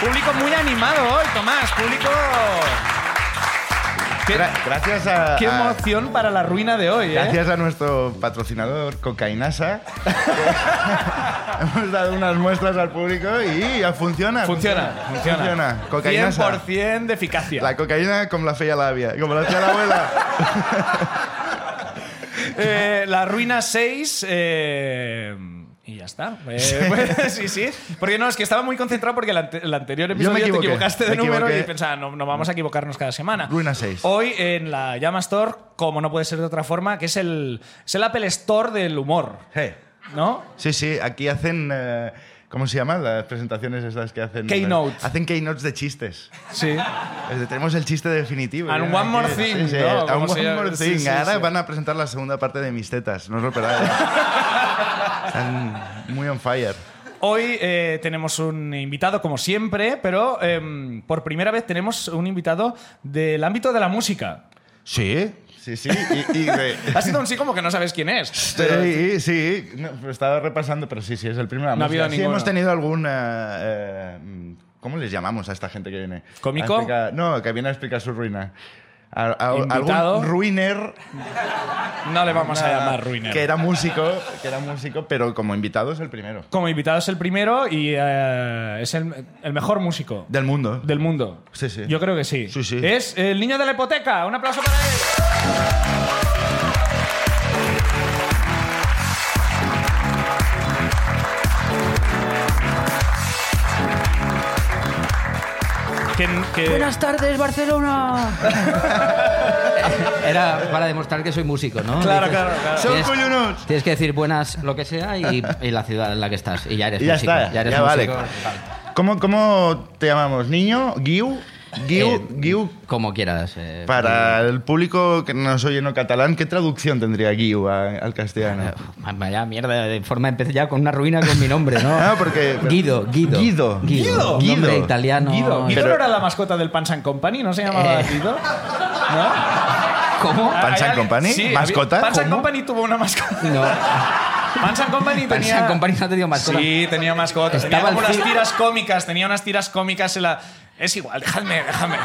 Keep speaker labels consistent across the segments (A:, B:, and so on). A: Público muy animado hoy, Tomás. Público. Qué,
B: Gra- gracias a,
A: qué eh?
B: a-
A: emoción para la ruina de hoy, ¿eh?
B: Ah. gracias a nuestro patrocinador Cocainasa. Hemos dado unas muestras al público y ya funciona.
A: Funciona, funciona.
B: Funciona. Cocainasa.
A: 100% de eficacia.
B: La cocaína como la feia labia, como la hacía la abuela.
A: Eh, la ruina 6. eh, y ya está. Eh, pues, sí, sí. Porque no, es que estaba muy concentrado porque el, ante- el anterior
B: Yo me
A: episodio te
B: equivoqué,
A: equivocaste de
B: me
A: número y
B: equivoqué.
A: pensaba, no, no vamos a equivocarnos cada semana.
B: Ruina 6.
A: Hoy en la Llama Store, como no puede ser de otra forma, que es el, es el Apple Store del humor.
B: Hey.
A: ¿No?
B: Sí, sí, aquí hacen... eh, ¿Cómo se llaman las presentaciones estas que hacen?
A: Keynote.
B: Hacen keynotes de chistes.
A: Sí.
B: Es de- Tenemos el chiste definitivo.
A: And
B: ¿eh?
A: one more
B: Aquí.
A: thing,
B: Sí, sí,
A: ¿no?
B: and
A: Como
B: one
A: se llama.
B: more
A: Sí,
B: thing.
A: sí,
B: Ahora
A: sí.
B: van a presentar la segunda parte de mis tetas. No os lo perdáis. Están muy on fire.
A: Hoy eh, tenemos un invitado, como siempre, pero em, por primera vez tenemos un invitado del ámbito de la música.
B: Sí. Sí, sí. Y, y de-
A: Ha sido un sí como que no sabes quién es.
B: Sí, sí, No, pero estaba repasando, pero sí, sí, es el primero.
A: No ha habido
B: sí,
A: ninguno.
B: hemos tenido alguna... eh, mm, ¿Cómo les llamamos a esta gente que viene?
A: ¿Cómico?
B: A explicar- no, que viene a explicar su ruina. A- a-
A: ¿Invitado?
B: algún ruiner
A: No le vamos a
B: una-
A: llamar Ruiner.
B: que era músico que era músico pero como invitado es el primero
A: Como invitado es el primero y eh, es el, el mejor músico
B: del mundo
A: del mundo.
B: Sí, sí.
A: Yo creo que sí.
B: Sí, sí.
A: Es el niño de la hipoteca. Un aplauso para él. Que, que-
C: Buenas tardes, Barcelona.
D: Era para demostrar que soy músico, ¿no?
A: Claro,
D: Dices,
A: claro, claro.
B: Son
D: Tienes-
B: coñonuts.
D: Tienes que decir buenas lo que sea y, y la ciudad en la que estás. Y ya eres
B: Y ya
D: músico.
B: está,
D: Ya, eres
B: ya vale.
D: músico.
B: ¿Cómo, cómo te llamamos? ¿Niño? ¿Guiu? ¿Guiu?
D: Eh,
B: ¿Guiu?
D: Como quieras. eh,
B: Para el público que nos oye no catalán, ¿qué traducción tendría Guiu a- al
D: eh,
B: castellano?
D: Vaya mierda, de forma empecé ya con una ruina con mi nombre, ¿no?
B: Ah, porque-
D: Guido, Guido.
B: Guido. Guido.
D: Guido. Un nombre
B: Guido.
D: italiano.
A: Guido. Guido
B: Pero-
A: no era la mascota del Pans and Company, ¿no se llamaba
D: Eh.
A: Guido? ¿No?
D: ¿Cómo?
B: Pans and
A: Hay alguien-
B: Company,
A: Sí,
B: mascota,
A: Pans and
B: ¿cómo?
A: Company tuvo una mascota.
D: No.
A: Pans and Company
D: Pans
A: tenía.
D: and Company no tenía mascota.
A: Sí, tenía mascota. Tenía
D: Estaba
A: como
D: el
A: unas
D: Cid.
A: tiras cómicas. Tenía unas tiras cómicas en la. Es igual, dejadme, dejadme.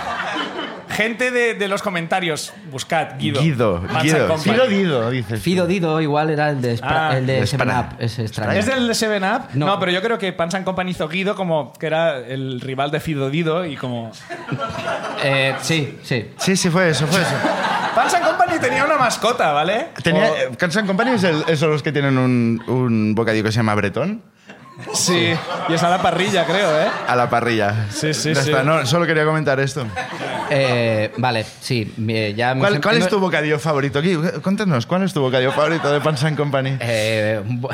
A: Gente de, de los comentarios, buscad Guido.
B: Guido.
A: Pans and
B: Guido.
A: Company.
B: Fido Dido, dices.
D: Fido Dido igual era el de, Spra-
A: Ah,
D: el de
B: de
D: Seven
B: Spra-
D: Up, ese extraño.
A: ¿Es del de Seven Up? No.
D: No.
A: pero yo creo que Pans and Company hizo Guido como que era el rival de Fido Dido y como.
D: Eh, sí, sí.
B: Sí, sí, fue eso, fue eso.
A: Pans and Company tenía una mascota, ¿vale?
B: Tenía,
A: O-
B: eh, Cans and Company es el- son los que tienen un, un bocadillo que se llama bretón
A: Sí, y es a la parrilla, creo, ¿eh?
B: a la parrilla.
A: Sí, sí,
B: Ya
A: sí.
B: está, no, solo quería comentar esto.
D: Eh, vale, sí. mi- Ya hemos-
B: ¿Cuál, cuál es
D: hemos-
B: tu bocadillo favorito? Guiu, Cuéntanos, ¿cuál es tu bocadillo favorito de Pans and Company?
D: Eh, bu-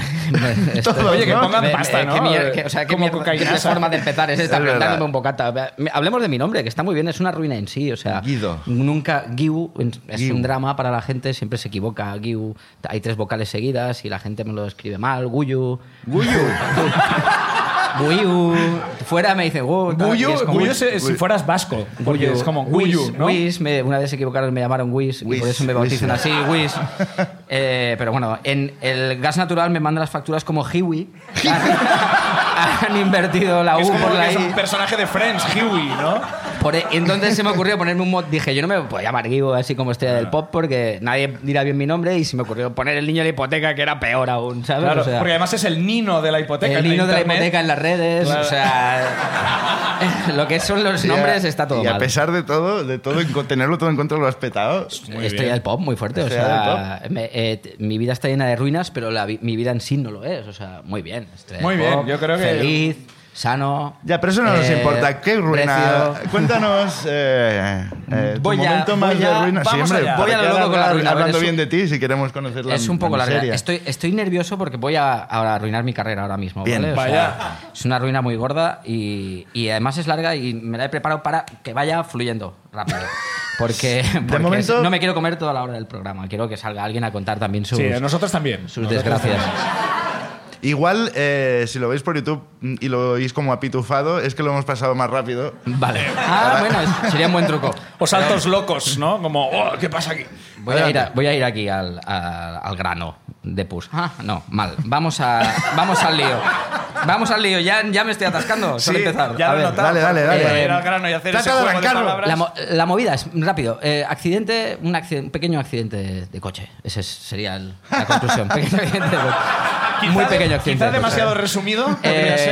D: esto-
B: Todo, Oye, que ¿no?
A: pongan
D: Me-
A: pasta,
D: eh,
A: ¿no?
D: qué mier- que- o sea, qué
A: Como
D: mierda-
A: cocaína.
D: qué forma de empezar es esta,
B: Es verdad.
D: plantándome un bocata. Me- Hablemos de mi nombre, que está muy bien, es una ruina en sí. O sea,
B: Guido.
D: Nunca, Guiu es
B: Guiu.
D: un drama para la gente, siempre se equivoca. Guiu, hay tres vocales seguidas y la gente me lo escribe mal. Guyu,
B: Guyu.
D: Guyu. Fuera me dicen Gu. tal, y es
A: Guyu,
D: como-
A: Guyu es- si fueras vasco. porque
D: Guyu.
A: es como
D: Whis,
A: Guyu, ¿no?
D: Whis, me- una vez se equivocaron, me llamaron Whis,
B: Whis,
D: y por eso me bautizan
B: Whis,
D: así, Whis. Eh, pero bueno, en el gas natural me mandan las facturas como Hiwi. Han, han invertido la
A: Que es
D: U
A: como
D: por
A: lo
D: la
A: que es
D: I.
A: un personaje de Friends, Huey, ¿no?
D: Por- e, entonces se me ocurrió ponerme un mod. Dije, yo no me puedo llamar Guigo así como estrella
A: Ah.
D: del pop porque nadie dirá bien mi nombre. Y se me ocurrió poner el niño de la hipoteca, que era peor aún, ¿sabes?
A: Claro,
D: O sea,
A: porque además es el nino de la hipoteca.
D: el
A: en
D: niño de la
A: internet.
D: hipoteca en las redes.
A: Claro.
D: O sea, lo que son los nombres
B: Y a-
D: está todo
B: Y a
D: mal.
B: pesar de todo, de todo en co- tenerlo todo en contra, lo has petado.
D: Estrella del pop, muy fuerte. O
B: Estrella
D: sea, me- eh, t- mi vida está llena de ruinas, pero la vi- mi vida en sí no lo es. O sea, muy bien. estrella del
A: Muy bien,
D: pop,
A: yo creo que-
D: Feliz, sano.
B: Ya, pero eso no nos
D: eh,
B: importa. ¿Qué ruina?
D: precio.
B: Cuéntanos eh, eh, tu
D: Voy a-
B: momento más
D: voy
B: de
D: a-
B: ruina.
A: vamos
B: Siempre,
A: allá.
B: ¿para
D: Voy a lo
B: qué
D: loco con la
B: hablar-
D: ruina? A ver,
B: Hablando
D: es
B: bien
D: un-
B: de ti, si queremos conocer la
D: es un poco
B: la
D: larga.
B: miseria.
D: Estoy, estoy nervioso porque voy a, a arruinar mi carrera ahora mismo.
B: Bien.
D: ¿vale? O
A: Vaya.
D: sea, es una ruina muy gorda y, y además es larga y me la he preparado para que vaya fluyendo rápido. Porque, porque
B: momento-
D: no me quiero comer toda la hora del programa. Quiero que salga alguien a contar también sus,
A: Sí, a nosotros también.
D: sus desgracias.
B: Igual, eh, si lo veis por YouTube mm, y lo oís como apitufado, es que lo hemos pasado más rápido.
D: Vale.
A: Eh,
D: Ah, bueno, es- sería un buen truco.
A: O saltos locos, ¿no? Como, oh, ¿qué pasa aquí?
D: Voy a, ir a- voy a ir aquí al, a- al grano de pus. Ah, no, mal. Vamos, a, vamos al lío. Vamos al lío, ya, ya me estoy atascando. Solo
A: Sí,
D: empezar.
A: ya
D: A
A: lo he
D: ver.
A: notado.
B: Dale, dale,
A: Para
D: dale.
A: ir al grano y hacer ese
B: Trata de
A: juego de
B: arrancarlo.
A: palabras.
D: La, mo- la movida es rápido. Eh, accidente, un, acci- un pequeño accidente de coche. Esa es- sería el- la conclusión. Pequeño accidente de coche.
A: Quizá
D: Muy
A: de-
D: pequeño accidente.
A: Quizá
D: de coche.
A: demasiado resumido. podría
D: Eh,
A: ser.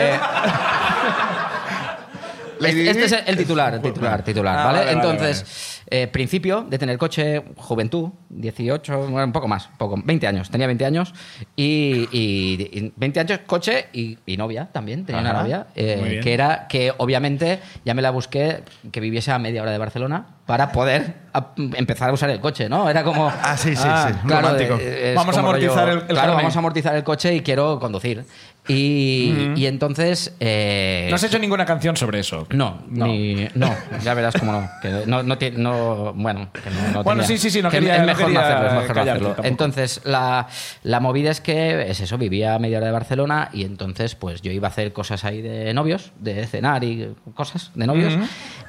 D: Este,
B: Lady
D: este
B: Di.
D: es el- el titular, el titular, titular,
A: Ah,
D: ¿vale?
A: vale, vale,
D: Entonces, eh, principio de tener coche, juventud, 18, bueno, un poco más, poco, 20 años, tenía 20 años y, y- y 20 años coche y, y novia también, tenía
B: Ajá.
D: una novia, eh,
A: Muy bien.
D: que era que obviamente ya me la busqué que viviese a media hora de Barcelona para poder a- empezar a usar el coche, ¿no? Era como...
B: Ah, sí, sí, sí, romántico.
D: eh, es
A: Vamos a
D: como
A: amortizar el- el
D: Claro,
A: carné.
D: vamos a amortizar el coche y quiero conducir. Y, y entonces... eh,
A: No has hecho ninguna canción sobre eso.
D: no,
A: No.
D: no. no, ya verás cómo no. que no, no, ti- no- bueno, que no, no
A: Bueno,
D: tenía-
A: sí, sí, sí, no
D: que
A: quería-
D: Es
A: no
D: mejor
A: quería
D: no hacerlo, es mejor no
A: callarte
D: hacerlo.
A: tampoco.
D: Entonces, la, la movida es que es eso, vivía a media hora de Barcelona y entonces, pues yo iba a hacer cosas ahí de novios, de cenar y cosas de novios,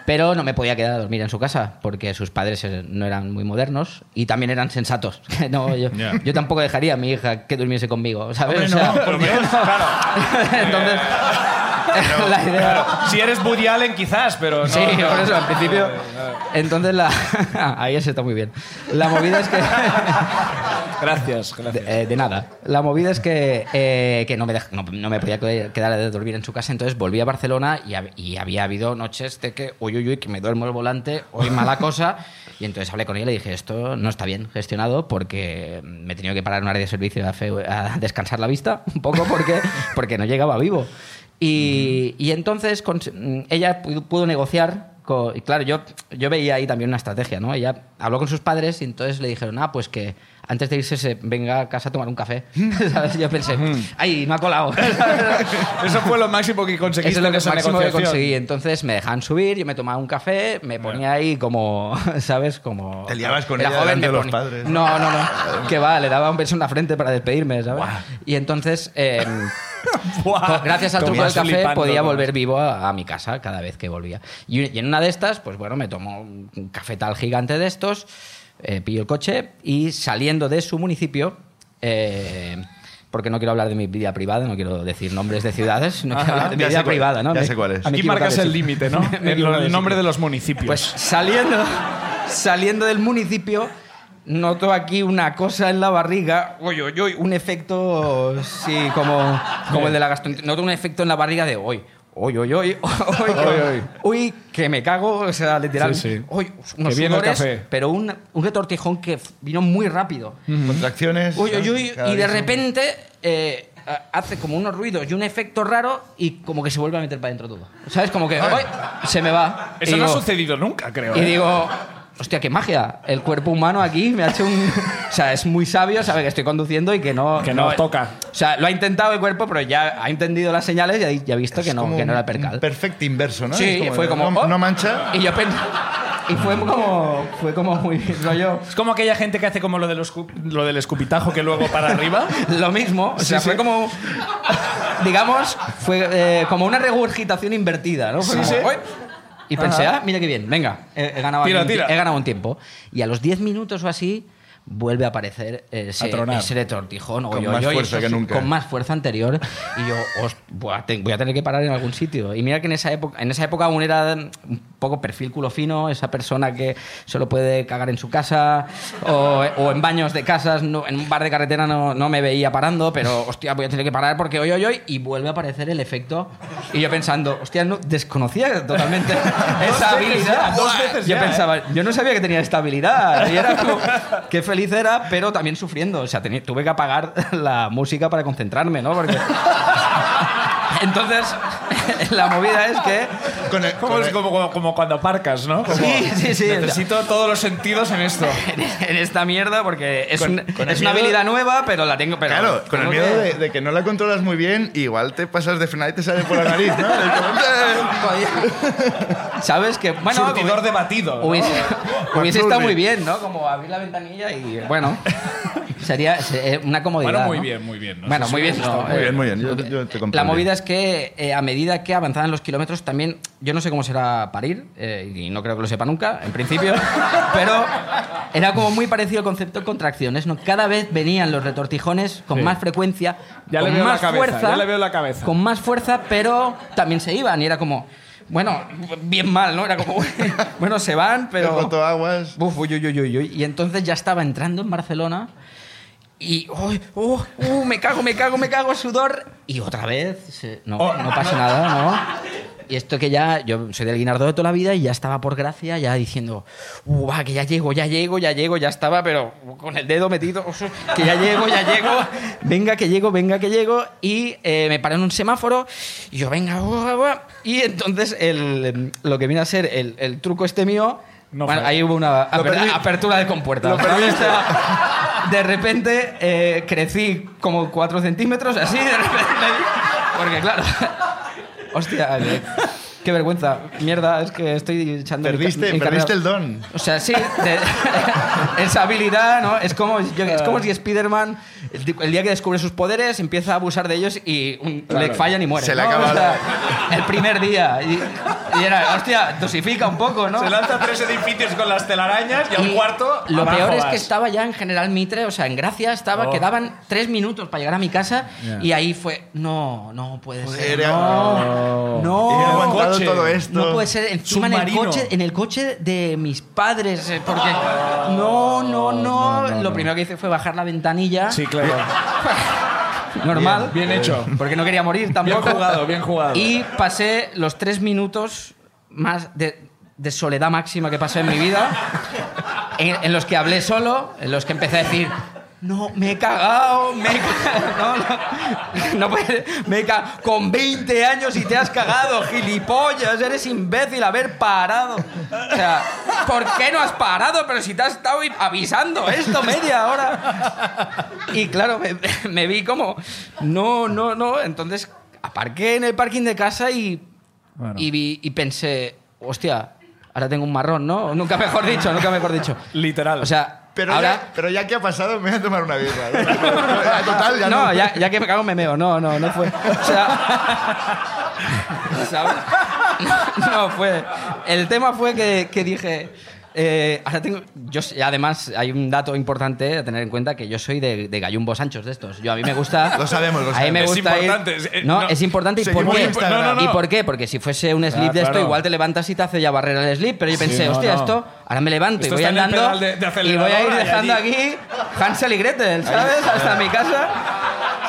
D: pero no me podía quedar a dormir en su casa porque sus padres eh, no eran muy modernos y también eran sensatos. no, yo,
A: Ya.
D: yo tampoco dejaría a mi hija que durmiese conmigo, ¿sabes?
A: Hombre,
D: O sea,
A: no, por Dios, claro.
D: entonces, la idea.
A: Claro, Si eres Woody Allen, quizás, pero no.
D: Sí,
A: no.
D: por eso, al principio. Entonces, la. Ahí se está muy bien. La movida es que.
A: Gracias, gracias.
D: De, eh, de nada. La movida es que, eh, que no, me dej- no, no me podía que- quedar a dormir en su casa, entonces volví a Barcelona y, hab- y había habido noches de que, uy, uy, uy, que me duermo el volante, hoy mala cosa. Y entonces hablé con ella y le dije, esto no está bien gestionado porque me he tenido que parar en un área de servicio a, fe- a descansar la vista un poco porque, porque no llegaba vivo. Y, y entonces cons- mm, ella pudo, pudo negociar. co- Y claro, yo, yo veía ahí también una estrategia, ¿no? Ella habló con sus padres y entonces le dijeron, ah, pues que antes de irse se venga a casa a tomar un café. ¿Sabes? Yo pensé, ay, no ha colado.
A: Eso fue lo máximo que conseguiste
D: Eso es lo
A: en
D: que
A: esa
D: máximo que
A: negociación.
D: conseguí. Entonces me dejaban subir, yo me tomaba un café, me ponía ahí como, ¿sabes? Como...
B: Te liabas con
D: Era
B: ella
D: joven,
B: delante
D: me
B: de los
D: ponía-
B: padres.
D: No, no, no. que va, le daba un beso en la frente para despedirme, ¿sabes? Y entonces... em,
A: Buah,
D: Co- gracias al truco del
A: comías
D: café
A: flipando,
D: podía
A: ¿no?
D: volver vivo a, a mi casa cada vez que volvía. Y, y en una de estas, pues bueno, me tomo un un cafetal gigante de estos, eh, pillo el coche y saliendo de su municipio, eh, porque no quiero hablar de mi vida privada, no quiero decir nombres de ciudades, no quiero hablar de mi
B: ya sé
D: vida
B: cuál-
D: privada, ¿no?
B: ya
D: Me-
B: sé cuál es.
D: a mí
A: Aquí
D: equivocado
A: marcas
D: de
A: el
D: sitio.
A: límite, ¿no?
D: Me he
A: El,
D: equivocado de
A: nombre de
D: sitio.
A: los municipios.
D: Pues saliendo, saliendo del municipio, noto aquí una cosa en la barriga, uy, uy, uy, un efecto, sí, como, como el de la gastroenteritis. Noto un efecto en la barriga de hoy. Uy, uy, uy, uy,
A: Uy,
D: uy, que me cago, o sea, literalmente.
A: Sí, sí.
D: Uy, unos
A: Que viene el
D: sudores,
A: café.
D: pero un, un retortijón que f- vino muy rápido.
B: Contracciones.
D: Uy, uy,
B: ¿no?
D: uy,
B: Cada
D: y de
B: día.
D: repente eh, ha- hace como unos ruidos y un efecto raro y como que se vuelve a meter para dentro todo. ¿Sabes? Como que "Ay", se me va.
A: Eso
D: Y
A: no ha
D: digo-
A: sucedido nunca, creo.
D: y
A: ¿eh?
D: digo, hostia, qué magia. El cuerpo humano aquí me ha hecho un. O sea, es muy sabio, sabe que estoy conduciendo y que no.
A: Que no eh, toca.
D: O sea, lo ha intentado el cuerpo, pero ya ha entendido las señales y ha, di- ya ha visto que
B: Es
D: no,
B: como
D: que no
B: un-
D: era percal.
B: un Perfecto inverso, ¿no?
D: Sí,
B: Es
D: fue como,
B: No,
D: oh.
B: no mancha.
D: Y yo pen- Y fue como. Fue como muy rollo.
A: Es como aquella gente que hace como lo, de los cu- lo del escupitajo que luego para arriba.
D: Lo mismo, o
A: Sí,
D: sea,
A: sí.
D: fue como. Digamos, fue eh, como una regurgitación invertida, ¿no? Fue
A: Sí,
D: como,
A: sí.
D: "Uy". Y pensé, ah, mira qué bien, venga, he, he ganado
A: Tira,
D: aquí un
A: tira.
D: ti- he ganado un tiempo. Y a los 10 minutos o así vuelve a aparecer ese,
A: A tronar.
D: ese retortijón
B: Con
D: oy, oy,
B: más
D: oy,
B: fuerza
D: eso
B: que
D: sí,
B: nunca.
D: con más fuerza anterior y yo "Host- buah, te- voy a tener que parar en algún sitio y mira que en esa época en esa época aún era un poco perfil culo fino esa persona que solo puede cagar en su casa o, o en baños de casas no- en un bar de carretera no, no me veía parando pero hostia voy a tener que parar porque hoy hoy hoy y vuelve a aparecer el efecto y yo pensando hostia no desconocía totalmente esa habilidad
A: ya, dos veces
D: yo
A: ya, ¿eh?
D: pensaba estaba- yo no sabía que tenía esta habilidad. Y era como, qué feliz era, pero también sufriendo. O sea, tenía- tuve que apagar la música para concentrarme, ¿no? Porque... Entonces, la movida es que...
B: Con el-
A: Como,
B: con
A: es
B: el-
A: como, como- como cuando aparcas, ¿no? Como,
D: Sí, sí, sí.
A: Necesito todos los sentidos en esto.
D: En esta mierda, porque es,
B: Con-
D: un-
B: con el
D: es
B: miedo-
D: una habilidad nueva, pero la tengo. Pero
B: Claro, con el
D: tengo
B: miedo
D: que-
B: de, de que no la controlas muy bien, igual te pasas de final y te sale por la nariz, ¿no? Es como, "Eh".
D: ¿Sabes que Bueno,
A: Surtidor
D: como-
A: de batido. ¿no?
D: Hubiese, hubiese
B: Juan
D: estado
B: Rulli.
D: muy bien, ¿no? Como abrir la ventanilla y. Bueno. Sería se- eh, una comodidad.
A: Bueno, muy
D: ¿no?
A: bien, muy bien. No
D: bueno,
A: sé
D: muy
A: si me
D: bien.
A: ha
D: no,
A: gustado.
B: Muy
D: eh,
B: bien, muy bien. Yo, yo te comprendí.
D: La movida es que eh, a medida que avanzaban los kilómetros también, yo no sé cómo será parir, eh, y no creo que lo sepa nunca, en principio, pero era como muy parecido el concepto con tracciones, ¿no? Cada vez venían los retortijones con
A: Sí.
D: más frecuencia,
A: Ya le
D: con
A: veo la
D: más
A: cabeza,
D: fuerza,
A: ya le veo la cabeza.
D: con más fuerza, pero también se iban y era como, bueno, bien mal, ¿no? Era como, bueno, se van,
B: El
D: pero...
B: rotoaguas.
D: Uf, uy, uy, uy, uy, uy. Y entonces ya estaba entrando en Barcelona y uy, uh, uh, me cago, me cago, me cago, sudor. Y otra vez, se- no, no pasa nada, ¿no? Y esto que ya, yo soy del Guinardó de toda la vida y ya estaba por gracia, ya diciendo, uh, va, que ya llego, ya llego, ya llego, ya estaba, pero con el dedo metido, os- que ya llego, ya llego, venga, que llego, venga, que llego. Y eh, me paré en un semáforo y yo, venga, uh, uh, uh. y entonces el, lo que viene a ser el, el truco este mío,
A: No
D: bueno,
A: falla.
D: ahí hubo una
B: Lo
D: aper-
B: perdí.
D: apertura de compuerta.
B: Lo perdí.
D: O sea, de repente eh, crecí como 4 centímetros, así, de repente. Porque, claro. Hostia, eh, qué vergüenza. Mierda, es que estoy echando. mi ca-
B: Perdiste,
D: mi
B: perdiste
D: carrera.
B: el don.
D: O sea, sí, de- esa habilidad, ¿no? Es como, yo- es como si Spider-Man, el, di- el día que descubre sus poderes, empieza a abusar de ellos y un- le fallan y muere.
B: Se le
D: ¿no?
B: acaba
D: O sea, el primer día. Y, y era, hostia, dosifica un poco, ¿no?
A: Se lanza a tres edificios con las telarañas y a un
D: Y
A: cuarto.
D: Lo
A: abajo
D: peor es que
A: vas.
D: estaba ya en General Mitre, o sea, en Gracia estaba,
A: Oh.
D: quedaban tres minutos para llegar a mi casa y ahí fue, no, no puede ser.
B: Era-
D: No, no.
B: He aguantado
A: coche.
B: todo esto.
D: No puede ser encima en el,
A: Submarino.
D: coche, en el coche de mis padres, eh, porque no, no, no, Lo primero que hice fue bajar la ventanilla,
A: Sí, claro.
D: normal, eh,
A: Bien hecho.
D: porque no quería morir
A: Bien
D: tampoco.
A: jugado, bien jugado.
D: Y pasé los tres minutos más de, de soledad máxima que pasé en mi vida, en, en los que hablé solo, en los que empecé a decir, no, me he cagado, me he cagado, no, no, no puede- me he cagado, con 20 años y te has cagado, gilipollas, eres imbécil, haber parado. O sea, ¿por qué no has parado? Pero si te has estado avisando esto media hora. Y claro, me, me vi como, no, no, no. Entonces aparqué en el parking de casa y, y, vi- y pensé, hostia, ahora tengo un marrón, ¿no? Nunca mejor dicho, nunca mejor dicho.
A: Literal.
D: O sea,
B: Pero,
D: ahora...
B: ya, pero ya que ha pasado, me voy a tomar una birra. ¿no? Total, ya
D: no,
B: no.
D: ya, ya que me cago me meo. No, no, no fue. O sea... ¿Sabes? No, fue... El tema fue que, que dije... eh, ahora tengo... Yo, sé- además, hay un dato importante a tener en cuenta que yo soy de, de gallumbos anchos de estos. Yo, a mí me gusta...
B: Lo sabemos, lo
D: A mí me
A: Es
D: gusta ir-
A: importante, es- eh,
D: no,
A: no.
D: es importante. ¿Y por
B: Seguimos
D: qué?
B: en Instagram.
A: No, no, no.
D: ¿Y por qué? Porque si fuese un slip de esto,
A: claro.
D: igual te levantas y te hace ya barrera el slip. Pero yo pensé,
A: no,
D: hostia,
A: no.
D: esto... Ahora me levanto
A: Esto
D: y voy
A: está en el
D: andando
A: pedal de- de
D: y voy a ir
A: acelerador,
D: dejando
A: allí.
D: aquí Hansel y Gretel, ¿sabes? Hasta mi casa.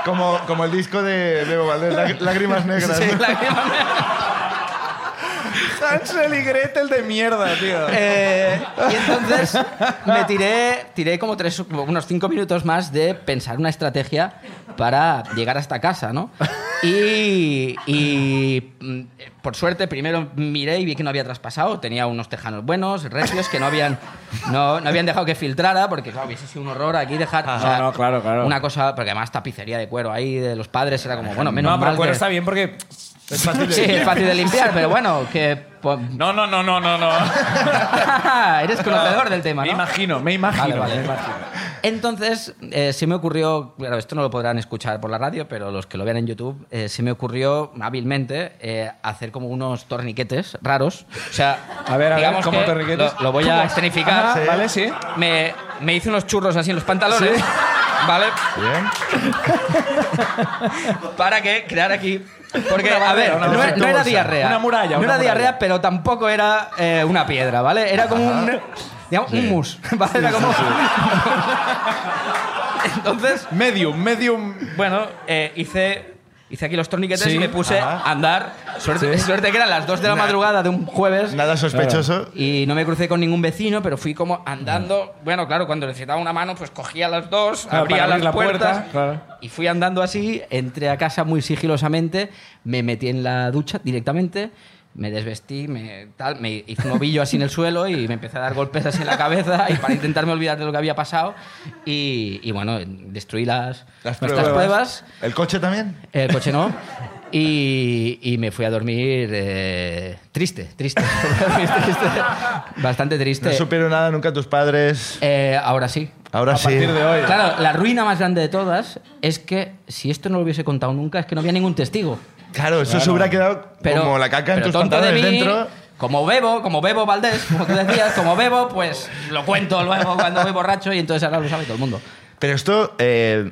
B: Como, como el disco de Bebo Valdés, Lá- Lágrimas Negras.
D: Sí,
B: ¿no?
D: la misma manera.
A: Hansel y Gretel de mierda, tío.
D: Eh, y entonces me tiré, tiré como tres, como unos cinco minutos más de pensar una estrategia para llegar hasta casa, ¿no? Y, y, mm, por suerte primero miré y vi que no había traspasado, tenía unos tejanos buenos, recios, que no habían, no, no habían dejado que filtrara, porque claro, hubiese sido un horror aquí dejar... o sea,
A: Ah, No, no, claro, claro.
D: Una cosa, porque además tapicería de cuero ahí de los padres era como, bueno, menos
A: no, pero
D: mal
A: cuero
D: que-
A: está bien porque. Es fácil de-
D: Sí, es fácil de limpiar, pero bueno, que... po-
A: No, no, no, no, no. no.
D: Eres conocedor del tema,
A: Me
D: ¿no?
A: imagino, me imagino.
D: Vale, vale.
A: me imagino.
D: Entonces, eh, se me ocurrió, claro, esto no lo podrán escuchar por la radio, pero los que lo vean en YouTube, eh, se me ocurrió hábilmente eh, hacer como unos torniquetes raros. O sea,
A: A ver, a ver,
D: digamos
A: ¿cómo
D: que
A: torniquetes?
D: Lo, lo voy a
A: ¿Cómo?
D: escenificar.
A: Ah, vale, sí.
D: Me, me hice unos churros así en los pantalones,
A: Sí.
D: ¿vale?
B: Bien.
D: Para que crear aquí. Porque,
A: Una
D: a ver,
A: barrera, una
D: no, era-
A: barrera.
D: no era diarrea.
A: Una muralla,
D: No
A: una
D: era
A: muralla.
D: diarrea, pero tampoco era eh, una piedra, ¿vale? Era como un. Digamos, un mus. ¿vale? Era como. Entonces.
A: Medium, medium.
D: Bueno, eh, hice, hice aquí los torniquetes
A: Sí,
D: y me puse
B: ajá.
D: a andar. Suerte, suerte que eran las 2 de la madrugada de un jueves.
B: Nada sospechoso.
D: Y no me crucé con ningún vecino, pero fui como andando. Bueno, claro, cuando necesitaba una mano, pues cogía las dos,
A: Claro,
D: abría
A: para abrir la
D: las
A: puerta,
D: puertas.
A: claro.
D: Y fui andando así, entré a casa muy sigilosamente, me metí en la ducha directamente, me desvestí, me, tal, me hice un ovillo así en el suelo y me empecé a dar golpes así en la cabeza y para intentarme olvidar de lo que había pasado. Y, y bueno, destruí las,
B: Las
D: nuestras
B: pruebas.
D: pruebas.
B: ¿El coche también?
D: El coche no. Y, y me fui a dormir eh, triste, triste, Triste, triste. Bastante
B: No
D: triste.
B: supieron nada nunca tus padres.
D: Eh, ahora sí.
B: Ahora
A: a
B: sí.
A: partir de hoy.
D: Claro, la ruina más grande de todas es que si esto no lo hubiese contado nunca, es que no había ningún testigo.
B: Claro, eso se hubiera quedado
D: Pero,
B: como la caca en tus
D: pero tonto de
B: pantalones
D: mí,
B: dentro.
D: Como bebo, como bebo Valdés, como tú decías, como bebo, pues lo cuento luego cuando voy borracho y entonces ahora lo sabe todo el mundo.
B: Pero esto eh,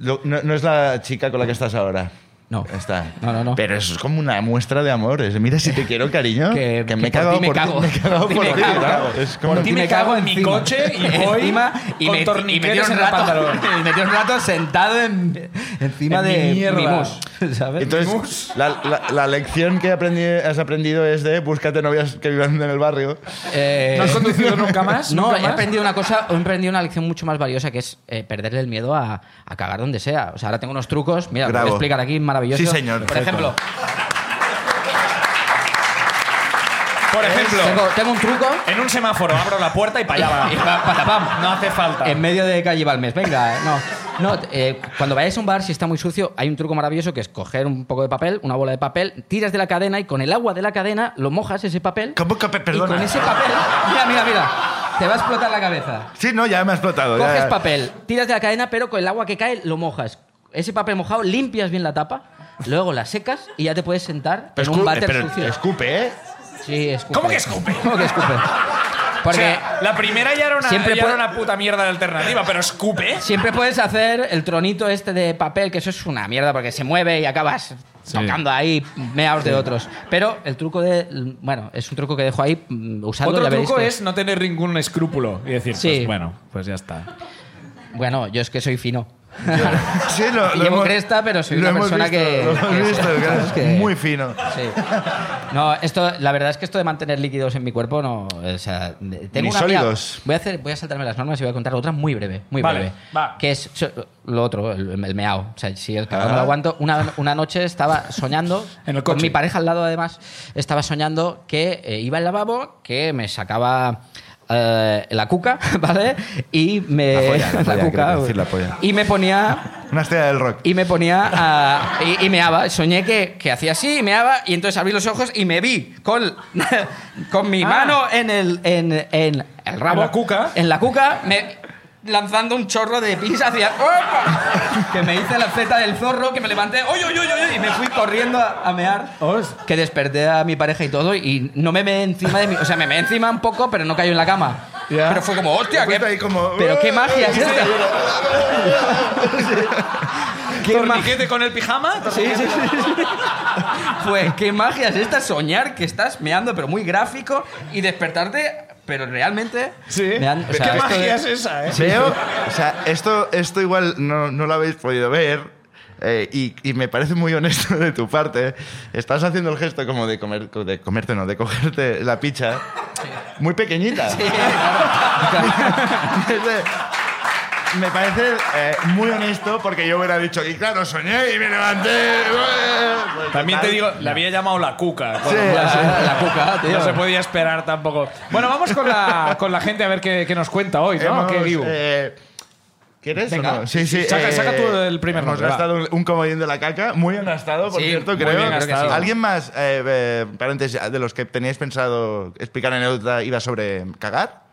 B: lo- no, no es la chica con la que estás ahora.
D: No.
B: Está.
D: No, no, no.
B: Pero eso es como una muestra de amor. Es, mira si te quiero, cariño.
D: Que-
B: Ah, Que,
D: que
B: me he
D: por
B: cagado
D: ti me
B: por ti.
D: cago.
B: Me he cagado
D: Por ti
B: por
D: me
B: ti.
D: cago.
B: clago. Es como-
A: Por ti me cago en mi
D: encima.
A: coche y voy
D: Encima
A: con
D: me-
A: torniquetes
D: dio
A: en
D: un
A: el
D: rato-
A: pantalón.
D: y me dio un rato sentado en- encima
A: En
D: de
A: mi mierda.
D: mus, ¿sabes?
B: Entonces, la, la- la lección que aprendí- has aprendido es de búscate novias que vivan en el barrio.
D: Eh,
A: ¿No has conducido nunca más?
D: No,
A: ¿Nunca
D: he
A: más?
D: aprendido una cosa, he aprendido una lección mucho más valiosa que es eh, perderle el miedo a, a cagar donde sea. O sea, ahora tengo unos trucos, mira, lo voy a
B: Bravo.
D: explicar aquí, maravilloso.
B: Sí, señor.
D: Por ejemplo,
A: Por ejemplo,
D: tengo, tengo un truco
A: en un semáforo abro la puerta y para allá
D: y
A: va.
D: pa- pa- pam.
A: No hace falta.
D: En medio de calle Balmes, venga, eh, no. No, eh, cuando vayáis a un bar, si está muy sucio, hay un truco maravilloso que es coger un poco de papel, una bola de papel, tiras de la cadena y con el agua de la cadena lo mojas ese papel.
B: ¿Cómo que pe-
D: Y con
B: perdona?
D: ese papel, mira, mira, mira, te va a explotar la cabeza.
B: Sí, no, ya me ha explotado. ya.
D: Coges papel, tiras de la cadena, pero con el agua que cae lo mojas. Ese papel mojado limpias bien la tapa, luego la secas y ya te puedes sentar
B: Pero
D: en un
B: escu-
D: váter
B: pero
D: sucio.
B: Escupe, ¿eh?
D: Sí, escupe.
A: ¿Cómo que escupe?
D: ¿Cómo que escupe?
A: O
D: Porque
A: sea, la primera ya era una,
D: Siempre
A: ya era
D: puede-
A: una puta mierda de alternativa, pero escupe.
D: siempre puedes hacer el tronito este de papel, que eso es una mierda porque se mueve y acabas tocando ahí meaos de otros. Pero el truco de... Bueno, es un truco que dejo ahí mm, usando
A: Otro
D: ya veréis
A: truco
D: que-
A: es no tener ningún escrúpulo y decir,
D: Sí.
A: pues bueno, pues ya está.
D: Bueno, yo es que soy fino.
B: Sí, lo,
D: Y llevo cresta, pero soy
B: lo
D: una
B: hemos
D: persona
B: visto,
D: que-
B: Lo hemos
D: que-
B: visto, claro, es
D: que-
B: muy fino.
D: Sí. No, esto, la verdad es que esto de mantener líquidos en mi cuerpo no. O sea, tengo
B: Ni
D: una amiga-
B: sólidos.
D: voy, a hacer, voy a saltarme las normas y voy a contar otra muy breve, muy
A: Vale,
D: breve.
A: va.
D: Que es so- lo otro, el, el meao. O sea, si el cagado
B: Ah.
D: no lo aguanto. Una, una noche estaba soñando,
A: En el
D: con
A: coche.
D: mi pareja al lado además, estaba soñando que eh, iba al lavabo, que me sacaba. eh, la cuca, ¿vale? Y me.
B: La polla, la polla,
D: cuca,
B: quiero decir, la polla.
D: Y me ponía
B: Una estrella del rock.
D: y me ponía a, y, y meaba. Soñé que, que hacía así y meaba. Y entonces abrí los ojos y me vi con, con mi
A: Ah.
D: mano en el, en, en el rabo.
A: En la cuca.
D: En la cuca. Me, lanzando un chorro de pis hacia... ¡Opa! Que me hice la zeta del zorro, que me levanté... ¡Oy, oy, oy, oy! Y me fui corriendo a, a mear.
A: Os.
D: Que desperté a mi pareja y todo y no me meé encima de mí. O sea, me meé encima un poco, pero no cayó en la cama.
B: Ya.
D: Pero fue como, hostia,
B: Fuiste
D: qué-
B: Pues ahí como,
D: pero qué magia es esta. Qué magia.
A: ¿Torniquete con el pijama?
D: Sí, sí, sí, sí. Pues qué magia es esta soñar que estás meando, pero muy gráfico, y despertarte, pero realmente. meando. O
A: ¿Qué
D: sea, esto de-
A: magia es esa, eh?
B: Veo, o sea, esto, esto igual no, no lo habéis podido ver eh, y, y me parece muy honesto de tu parte. Estás haciendo el gesto como de, comer, de comerte, no, de cogerte la picha muy pequeñita. Es de- me parece eh, muy honesto porque yo hubiera dicho, y claro, soñé y me levanté. Pues,
A: También te
B: total.
A: digo, la había llamado la cuca. con
B: Sí,
A: lo cual-
B: sí.
D: La, la cuca, tío.
A: No se podía esperar tampoco. Bueno, vamos con la, con la gente a ver qué, qué nos cuenta hoy, ¿no?
B: Hemos,
A: ¿Qué vivo?
B: eh, ¿Quieres
D: Venga.
B: o no? Sí, sí.
A: Saca- saca tú el primer
B: Hemos
A: nombre, va.
B: gastado un- un comodín de la caca. Muy bien gastado, por
D: Sí,
B: cierto,
D: muy
B: creo.
A: bien gastado.
B: ¿Alguien más, eh, eh, paréntesis, de los que teníais pensado explicar anécdota iba sobre cagar?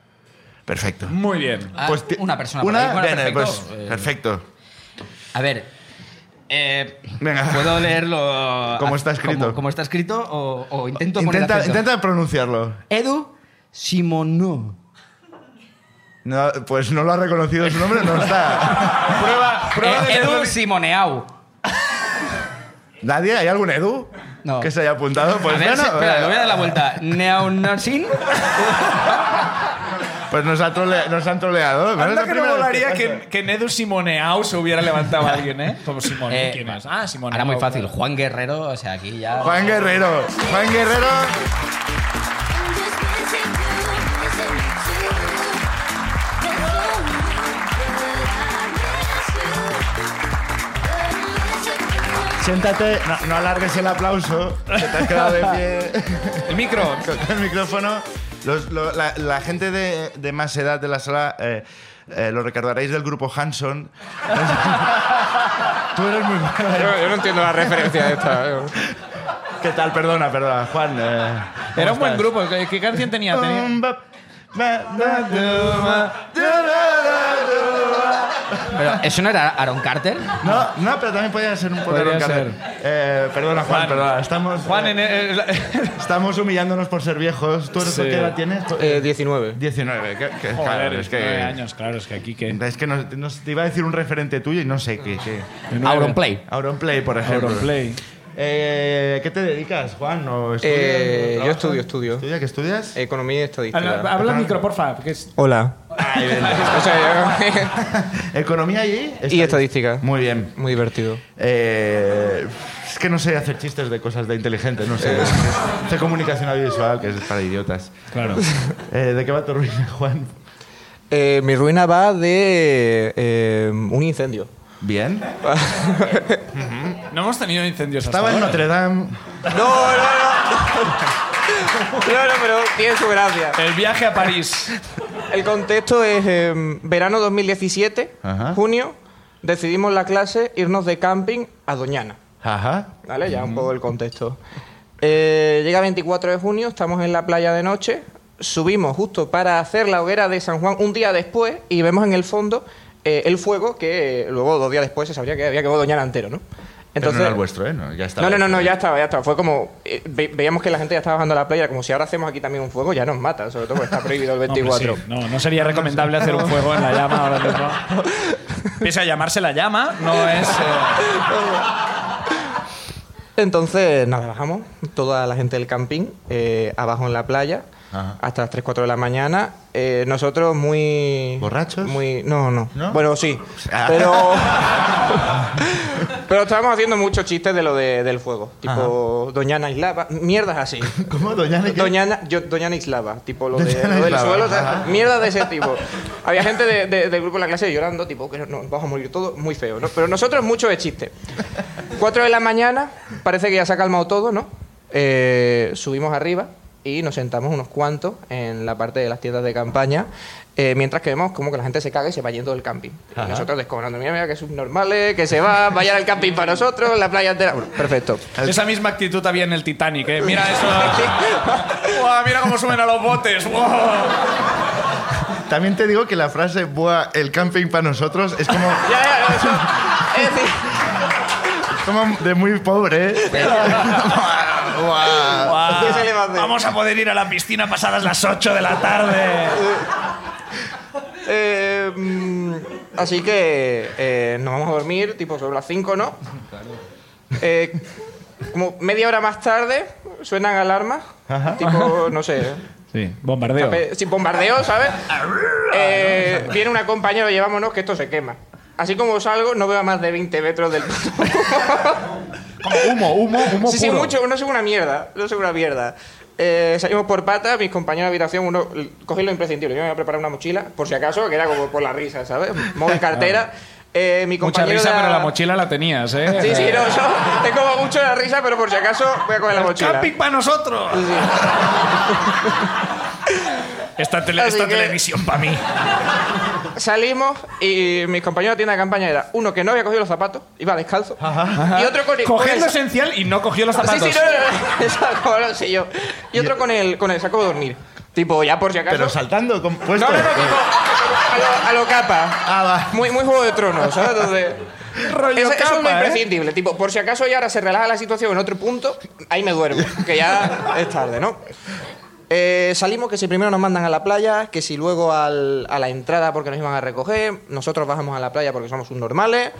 B: Perfecto.
A: Muy bien.
D: Ah,
B: Pues ti-
D: una persona por
B: Una,
D: ahí. Bueno,
B: bien, eh, pues,
D: perfecto. Eh,
B: perfecto.
D: A ver. eh,
B: Venga.
D: ¿Puedo leerlo?
B: Como está escrito.
D: Como, como está escrito o, o intento poner
B: Intenta,
D: acento?
B: intenta pronunciarlo.
D: Edu Simonou.
B: No, pues no lo ha reconocido su nombre, no está.
A: Prueba, prueba
D: Eh,
A: de
D: Edu
A: leerlo.
D: Simoneau.
B: ¿Nadie? ¿Hay algún Edu
D: No.
B: que se haya apuntado? Pues
D: a ver,
B: bueno,
D: si- espera,
B: eh,
D: le voy a dar la vuelta. Neaunasin.
B: pues nos, ha trole- nos han troleado. Bueno, es la
A: Anda que no
B: primera vez
A: volaría
B: pasa.
A: que, que Nedu Simoneau se hubiera levantado a alguien, ¿eh? Como Simone,
D: Eh,
A: ¿quién más? Ah, Simoneau.
D: Ahora muy fácil. Juan Guerrero, o sea, aquí ya.
B: Juan Guerrero. Juan Guerrero. Siéntate. No, no alargues el aplauso. Que te has quedado de pie
A: El micro.
B: con el micrófono. Los- lo- la, la gente de, de más edad de la sala eh, eh, lo recordaréis del grupo Hanson. Tú eres muy bueno.
E: Yo, yo no entiendo la referencia de esta.
B: ¿Qué tal? Perdona, perdona, Juan. eh, ¿cómo
A: Era un buen
B: estás?
A: grupo. ¿Qué, qué canción tenía? Tenía-
B: Um, ba- ba- ba- du- ma- du- ra- ra-
D: Pero, ¿Eso no era Aaron Carter?
B: No, no, pero también podía ser un poco
A: Podría
B: roncador. Eh, perdona, Juan,
A: Juan.
B: perdona. Estamos,
A: Juan,
B: eh,
A: en el-
B: estamos humillándonos por ser viejos. ¿Tú eres
A: Sí.
B: qué edad tienes?
E: Eh, 19.
B: 19. que-
A: Joder,
B: que- claro, es que,
A: nueve años, claro, es que aquí que...
B: Es que nos, nos- te iba a decir un referente tuyo y no sé qué. qué.
D: Auron Play.
B: Auronplay, por ejemplo.
A: Auronplay.
B: Eh, ¿Qué te dedicas, Juan? ¿O estudias,
E: Eh,
B: o
E: yo
B: trabajas?
E: estudio, estudio. Eh.
B: ¿Estudia? ¿Qué estudias?
E: Economía y
A: Habla,
E: estadística.
A: habla al micro, porfa. Que es...
E: Hola. O sea,
B: ¿Economía y
E: yo- y estadística.
B: Muy bien.
E: Muy divertido.
B: Eh, es que no sé hacer chistes de cosas de inteligente, no sé. Sé comunicación audiovisual, que es para idiotas.
A: Claro.
B: Eh, ¿De qué va tu ruina, Juan?
E: Eh, mi ruina va de eh, un incendio.
B: Bien.
A: No hemos tenido incendios hasta
B: Estaba en
A: ahora.
B: Notre Dame.
E: No, no, no. No, no, pero tiene su gracia.
A: El viaje a París.
E: El contexto es em, verano 2017,
B: Ajá.
E: junio. Decidimos la clase irnos de camping a Doñana.
B: Ajá.
E: ¿Vale? Ya un poco el contexto. Eh, llega 24 de junio, estamos en la playa de noche, subimos justo para hacer la hoguera de San Juan un día después y vemos en el fondo eh, el fuego que eh, luego dos días después se sabría que había quedado Doñana entero, ¿no?
B: Pero no era el vuestro, ¿eh? No, ya estaba.
E: No, no, no, no, ya estaba, ya estaba. Fue como. eh, ve- veíamos que la gente ya estaba bajando a la playa, como si ahora hacemos aquí también un fuego, ya nos mata, sobre todo porque está prohibido el 24.
A: Hombre, sí. No, no sería recomendable hacer un fuego en la llama ahora mismo. Pese a llamarse la llama, no es. eh,
E: Entonces, nada, bajamos, toda la gente del camping, eh, abajo en la playa,
B: Ajá.
E: hasta las 3, 4 de la mañana. Eh, nosotros muy...
B: ¿Borrachos?
E: Muy, no, no,
B: ¿No?
E: Bueno, sí.
B: Ah.
E: Pero... pero estábamos haciendo muchos chistes de lo de- del fuego. Tipo, Doñana Islava, mierdas así.
B: ¿Cómo, Doñana? ¿Qué?
E: Doñana, yo, Doñana Islava, tipo lo, de,
B: Doñana
E: lo del
B: Islava,
E: suelo, o sea,
B: ajá.
E: mierda de ese tipo. Había gente de- de- del grupo de la clase llorando, tipo, que nos vamos a morir todos, muy feo, ¿no? Pero nosotros mucho de chiste. Cuatro de la mañana, parece que ya se ha calmado todo, ¿no? Eh, subimos arriba y nos sentamos unos cuantos en la parte de las tiendas de campaña, eh, mientras que vemos como que la gente se caga y se va yendo del camping. Y
B: Ajá.
E: nosotros descobrando, mira, mira, que subnormales, eh, que se va, vayan al camping para nosotros, la playa entera. Bueno, perfecto.
A: Esa misma actitud había en el Titanic, ¿eh? Mira eso. Buah, mira cómo suben a los botes. Buah.
B: También te digo que la frase, buah, el camping para nosotros, es como,
E: Ya, ya, eso. Es decir,
B: como de muy pobre. ¿eh? Buah, buah.
A: Buah.
E: ¿Qué se le va a hacer?
A: Vamos a poder ir a la piscina pasadas las 8 de la tarde.
E: Eh, mm, así que eh, nos vamos a dormir, tipo sobre las 5, ¿no? Eh, como media hora más tarde suenan alarmas, tipo, no sé,
A: Sí, bombardeo.
E: eh, sin bombardeo, ¿sabes? Eh, viene una compañera, llevámonos que esto se quema. Así como salgo, no veo a más de 20 metros del
A: Como humo, humo, humo.
E: Sí, sí,
A: puro.
E: mucho, no soy una mierda, no soy una mierda. Eh, salimos por pata, mis compañeros de habitación, uno l- cogí lo imprescindible, yo me voy a preparar una mochila, por si acaso, que era como por la risa, ¿sabes? Móvil, cartera. Eh, mi
A: Ah. Mucha
E: compañero
A: risa,
E: de
A: pero la mochila la tenías, ¿eh?
E: Sí, sí, no, yo tengo mucho la risa, pero por si acaso voy a coger la mochila.
A: ¡Camping para nosotros!
E: Sí, sí.
A: Esta, tele-
E: Así
A: esta
E: que-
A: televisión para mí.
E: Salimos y mis compañeros de tienda de campaña era uno que no había cogido los zapatos, iba descalzo, y otro con, con el- pues,
A: Cogiendo esencial y no cogió los zapatos.
E: Sí, sí, no, no, no, esa, como lo sé yo. Y otro con el, con el saco de dormir. Tipo, ya por si acaso.
B: Pero saltando, con puesto.
E: No, no, no, tipo, a lo, a lo capa.
B: Ah, va.
E: Muy, muy Juego de Tronos, ¿sabes? Entonces,
A: Rollo
E: eso, eso es lo
A: capa, ¿eh?
E: imprescindible. Tipo, por si acaso ya ahora se relaja la situación en otro punto, ahí me duermo, que ya es tarde, ¿no? Eh, salimos que si primero nos mandan a la playa, que si luego al- a la entrada porque nos iban a recoger, nosotros bajamos a la playa porque somos subnormales.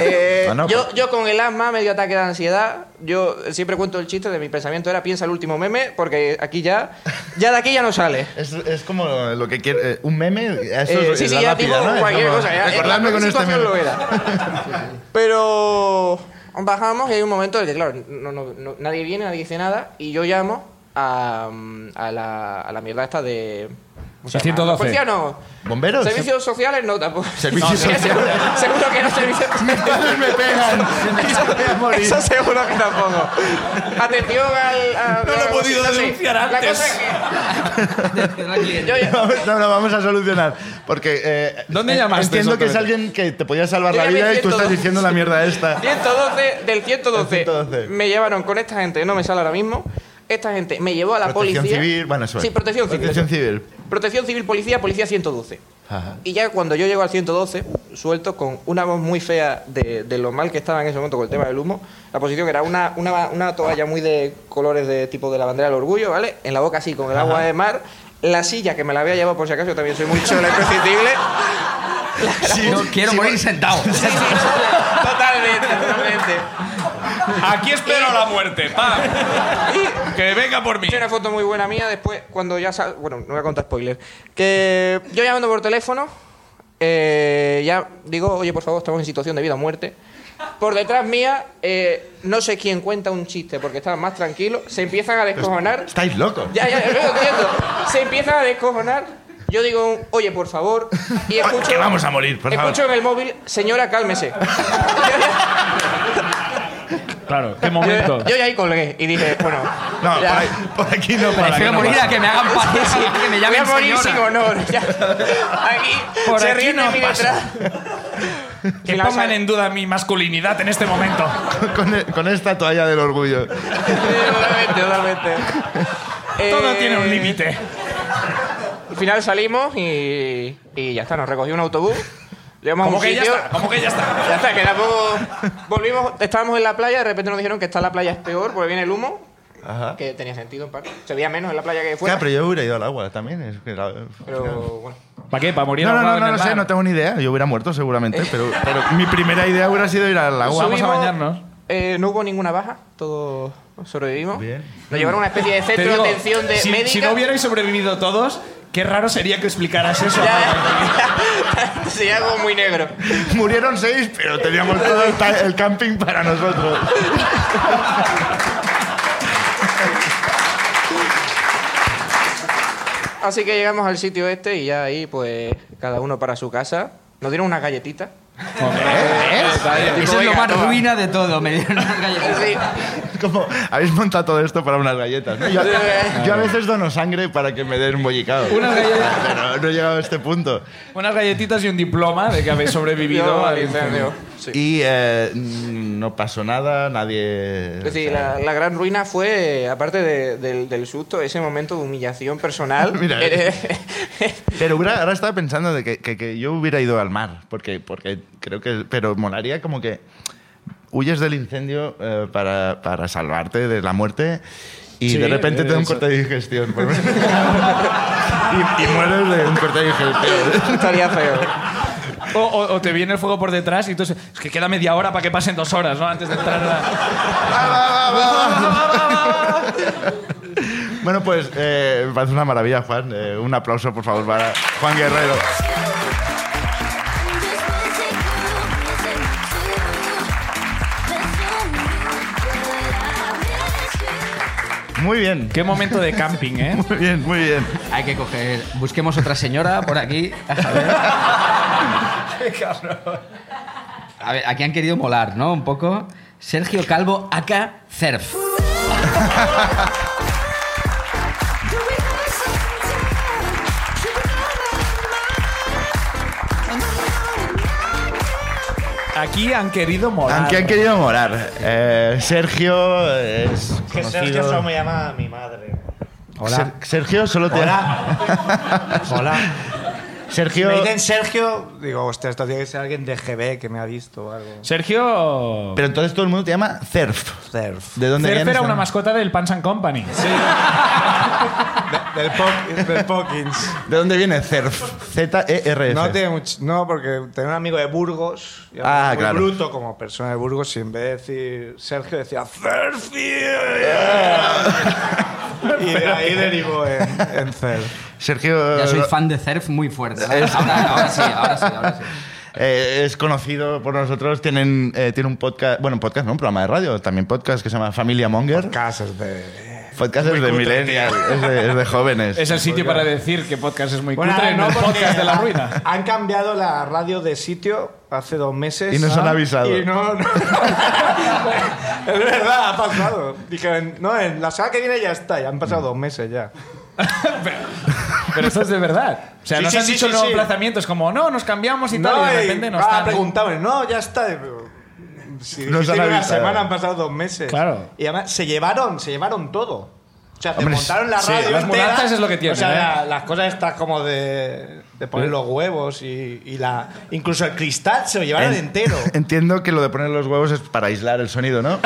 E: Eh,
B: Bueno,
E: yo, yo con el asma, medio ataque de ansiedad, yo siempre cuento el chiste de mi pensamiento era piensa el último meme porque aquí ya, ya de aquí ya no sale.
B: Es, es como lo que quiere. eh, Un meme, eso
E: Eh,
B: es
E: sí,
B: es
E: sí,
B: la
E: ya
B: lápida,
E: digo
B: ¿no? Es
E: cualquier
B: como,
E: cosa. Ya,
B: recordadme
E: eh,
B: con
E: la
B: este meme.
E: situación lo era. Pero bajamos y hay un momento en el que, claro, no- no- no- nadie viene, nadie dice nada. Y yo llamo a, mm, a la, a la mierda esta de... ¿cómo se llama?
A: 612.
E: Policía no.
B: ¿Bomberos?
E: Servicios sociales no tampoco.
B: Servicios
E: No,
B: sociales.
E: Seguro, seguro que no servicios
B: Padres me pegan. Se me sabe a morir.
E: eso seguro que tampoco. Atención al... a-
A: No lo he
E: a-
A: podido
E: sí, sí.
A: denunciar
E: La
A: antes.
E: cosa es que yo- yo-
B: Vamos- No, no, vamos a solucionar. Porque. eh,
A: ¿Dónde
B: en-
A: llamaste
B: Entiendo que es
A: exactamente?
B: alguien que te podía salvar
E: Yo
B: la
E: ya me
B: vida y tú
E: siento-
B: estás diciendo la mierda esta.
E: 112 del 112.
B: El 112.
E: Me llevaron con esta gente, no me sale ahora mismo. Esta gente me llevó a la
B: Protección
E: policía.
B: civil, bueno, eso es.
E: Sí, protección civil.
B: Protección
E: eso.
B: civil.
E: Protección civil, policía, policía 112.
B: Ajá.
E: Y ya cuando yo llego al 112, suelto con una voz muy fea de, de lo mal que estaba en ese momento con el tema del humo, la posición que era una, una, una toalla muy de colores de tipo de la bandera del orgullo, ¿vale? En la boca así, con el agua de mar. La silla que me la había llevado, por si acaso, yo también soy muy chola imprescindible.
B: Sí,
D: No quiero
B: sí,
D: morir sentado.
E: Sí, sí, totalmente, totalmente.
A: Aquí espero la muerte, ¡pam! Que venga por mí.
E: Hay una foto muy buena mía después, cuando ya sal... Bueno, no voy a contar spoiler. Que yo llamando por teléfono, eh, ya digo, oye, por favor, estamos en situación de vida o muerte. Por detrás mía, eh, no sé quién cuenta un chiste porque estaban más tranquilos. Se empiezan a descojonar.
B: Estáis locos.
E: Ya, ya, ya, lo entiendo. Se empiezan a descojonar. Yo digo, un, oye, por favor. Y escucho.
B: Que vamos a morir, por favor.
E: Escucho en el móvil, señora, cálmese.
A: Claro, qué
E: Yo,
A: momento.
E: yo ya ahí colgué y dije, bueno.
B: No, por,
E: ya.
B: ahí- por aquí no. Para
D: Prefiero
B: que no
D: morir a
B: pase.
D: que me hagan paz que me
E: Voy
D: llamen
E: a morir sin
D: señora.
E: honor. ya. Aquí
A: Por
E: se
A: aquí
E: ríen
A: no
E: de mi
A: pasa.
E: detrás.
A: Que
E: Final,
A: pongan
E: sal-
A: en duda mi masculinidad en este momento.
B: Con, e- con esta toalla del orgullo.
E: Totalmente, totalmente.
A: Todo
E: Eh,
A: tiene un límite.
E: Al final salimos y, y ya está, nos recogió un autobús. Llegamos a
A: Como
E: un
A: que ya
E: sitio.
A: está, como que ya está.
E: Ya está, que tampoco. Volvimos, estábamos en la playa, de repente nos dijeron que está la playa es peor porque viene el humo.
B: Ajá.
E: Que tenía sentido en parte. Se veía menos en la playa que
B: Claro,
E: fuera.
B: pero yo hubiera ido al agua también. es que la-
E: Pero bueno.
A: ¿Para qué? ¿Para morir
B: No, no,
A: ahogado
B: no, no,
A: en
B: no
A: el
B: sé,
A: mar?
B: no tengo ni idea. Yo hubiera muerto seguramente, pero, pero mi primera idea hubiera sido ir al agua.
A: Vamos a
E: Subimos,
A: bañarnos.
E: eh, no hubo ninguna baja, todos sobrevivimos.
B: Bien.
E: Nos llevaron a una especie de
A: Te
E: centro
A: digo,
E: de atención de
A: si,
E: médica.
A: si no hubierais sobrevivido todos, qué raro sería que explicaras eso.
E: Ya, sería algo muy negro.
B: Murieron seis, pero teníamos todo el, ta- el camping para nosotros.
E: Así que llegamos al sitio este y ya ahí, pues, cada uno para su casa. Nos dieron unas galletitas.
D: Eso es lo más ruina de todo. Me dieron unas galletas.
E: Sí.
B: Como, habéis montado todo esto para unas galletas. ¿no? Yo, yo a veces dono sangre para que me den un bollicado.
A: Unas galletas.
B: Pero no he llegado a este punto.
A: Unas galletitas y un diploma de que habéis sobrevivido
E: Yo,
A: al
E: al
A: incendio.
E: incendio. Sí.
B: Y eh, mm, no pasó nada, nadie...
E: Es decir, la, la gran ruina fue, aparte de- del, del susto, ese momento de humillación personal.
B: Mira.
E: Eh,
B: Pero hubiera- ahora estaba pensando de que, que- que yo hubiera ido al mar, porque, porque creo que... Pero molaría como que huyes del incendio eh, para, para salvarte de la muerte y
A: Sí,
B: de repente te da un
A: eso.
B: corte de digestión. por- y, y mueres de un corte de digestión.
E: estaría feo.
A: O, o- o te viene el fuego por detrás y tú dices, es que queda media hora para que pasen dos horas, ¿no? Antes de entrar a la...
B: Bueno, pues eh, me parece una maravilla, Juan. Eh, un aplauso, por favor, para Juan Guerrero. Muy bien.
A: Qué momento de camping, ¿eh?
B: Muy bien, muy bien.
D: Hay que coger. Busquemos otra señora por aquí. A ver. A ver, aquí han querido molar, ¿no? Un poco. Sergio Calvo, acá Cerf.
A: Aquí han querido molar.
B: Aunque han querido morar. Eh, Sergio es
F: Que Sergio
B: conocido-
F: solo me llama mi madre.
B: Ser- Sergio solo te...
F: Hola. Hola. Si
B: Sergio...
F: me dicen Sergio, digo, hostia, esto tiene que ser alguien de GB que me ha visto o algo.
A: Sergio...
B: Pero entonces todo el mundo te llama Cerf.
F: Surf.
B: ¿De dónde
A: Cerf
B: vienes?
A: era una mascota del Pants and Company.
F: De- del, po- del Pokins.
B: ¿De dónde viene Cerf? E Z-E-R-F.
F: No, tiene much- no, porque tenía un amigo de Burgos, y
B: Ah,
F: muy
B: claro.
F: bruto como persona de Burgos, y en vez de decir Sergio decía Cerfi. y de ahí derivó en, en Cerf.
B: Sergio
D: Ya soy
B: eh,
D: fan de Cerf muy fuerte. Ahora, ahora sí, ahora sí, ahora sí.
B: eh, es conocido por nosotros, tienen, eh, tiene un podcast, bueno, un podcast, ¿no? Un programa de radio, también podcast que se llama Familia Monger.
F: Casas de.
B: Podcast es de millennials, es de, es de jóvenes.
A: Es el sitio para decir que podcast es muy cutre,
F: Pues no,
A: no, el
F: porque
A: podcast de la ruina.
F: Han cambiado la radio de sitio hace dos meses.
B: Y nos han
F: Ah,
B: avisado.
F: Y no, no. es verdad, ha pasado. Dijeron, no, en la semana que viene ya está, ya han pasado
B: Mm.
F: dos meses ya.
A: Pero eso es de verdad. O sea,
F: Sí,
A: nos
F: sí,
A: han
F: sí,
A: dicho
F: sí,
A: nuevos
F: sí.
A: emplazamientos como, no, nos cambiamos y tal, y de repente nos
F: ah,
A: están...
F: preguntaban, no, ya está. Y digo, Si
B: Nos
F: dijiste
B: han
F: que una
B: avisado.
F: semana han pasado dos meses.
A: Claro.
F: Y además se llevaron, se llevaron todo. O sea, te
B: Hombre,
F: montaron la
A: sí,
F: radio.
A: las
F: entera.
A: mudanzas es lo que tiene,
F: O sea,
A: ¿eh?
F: la- las cosas estas como de, de poner los huevos y, y la. Incluso el cristal se lo llevaron
B: En-
F: entero.
B: Entiendo que lo de poner los huevos es para aislar el sonido, ¿no?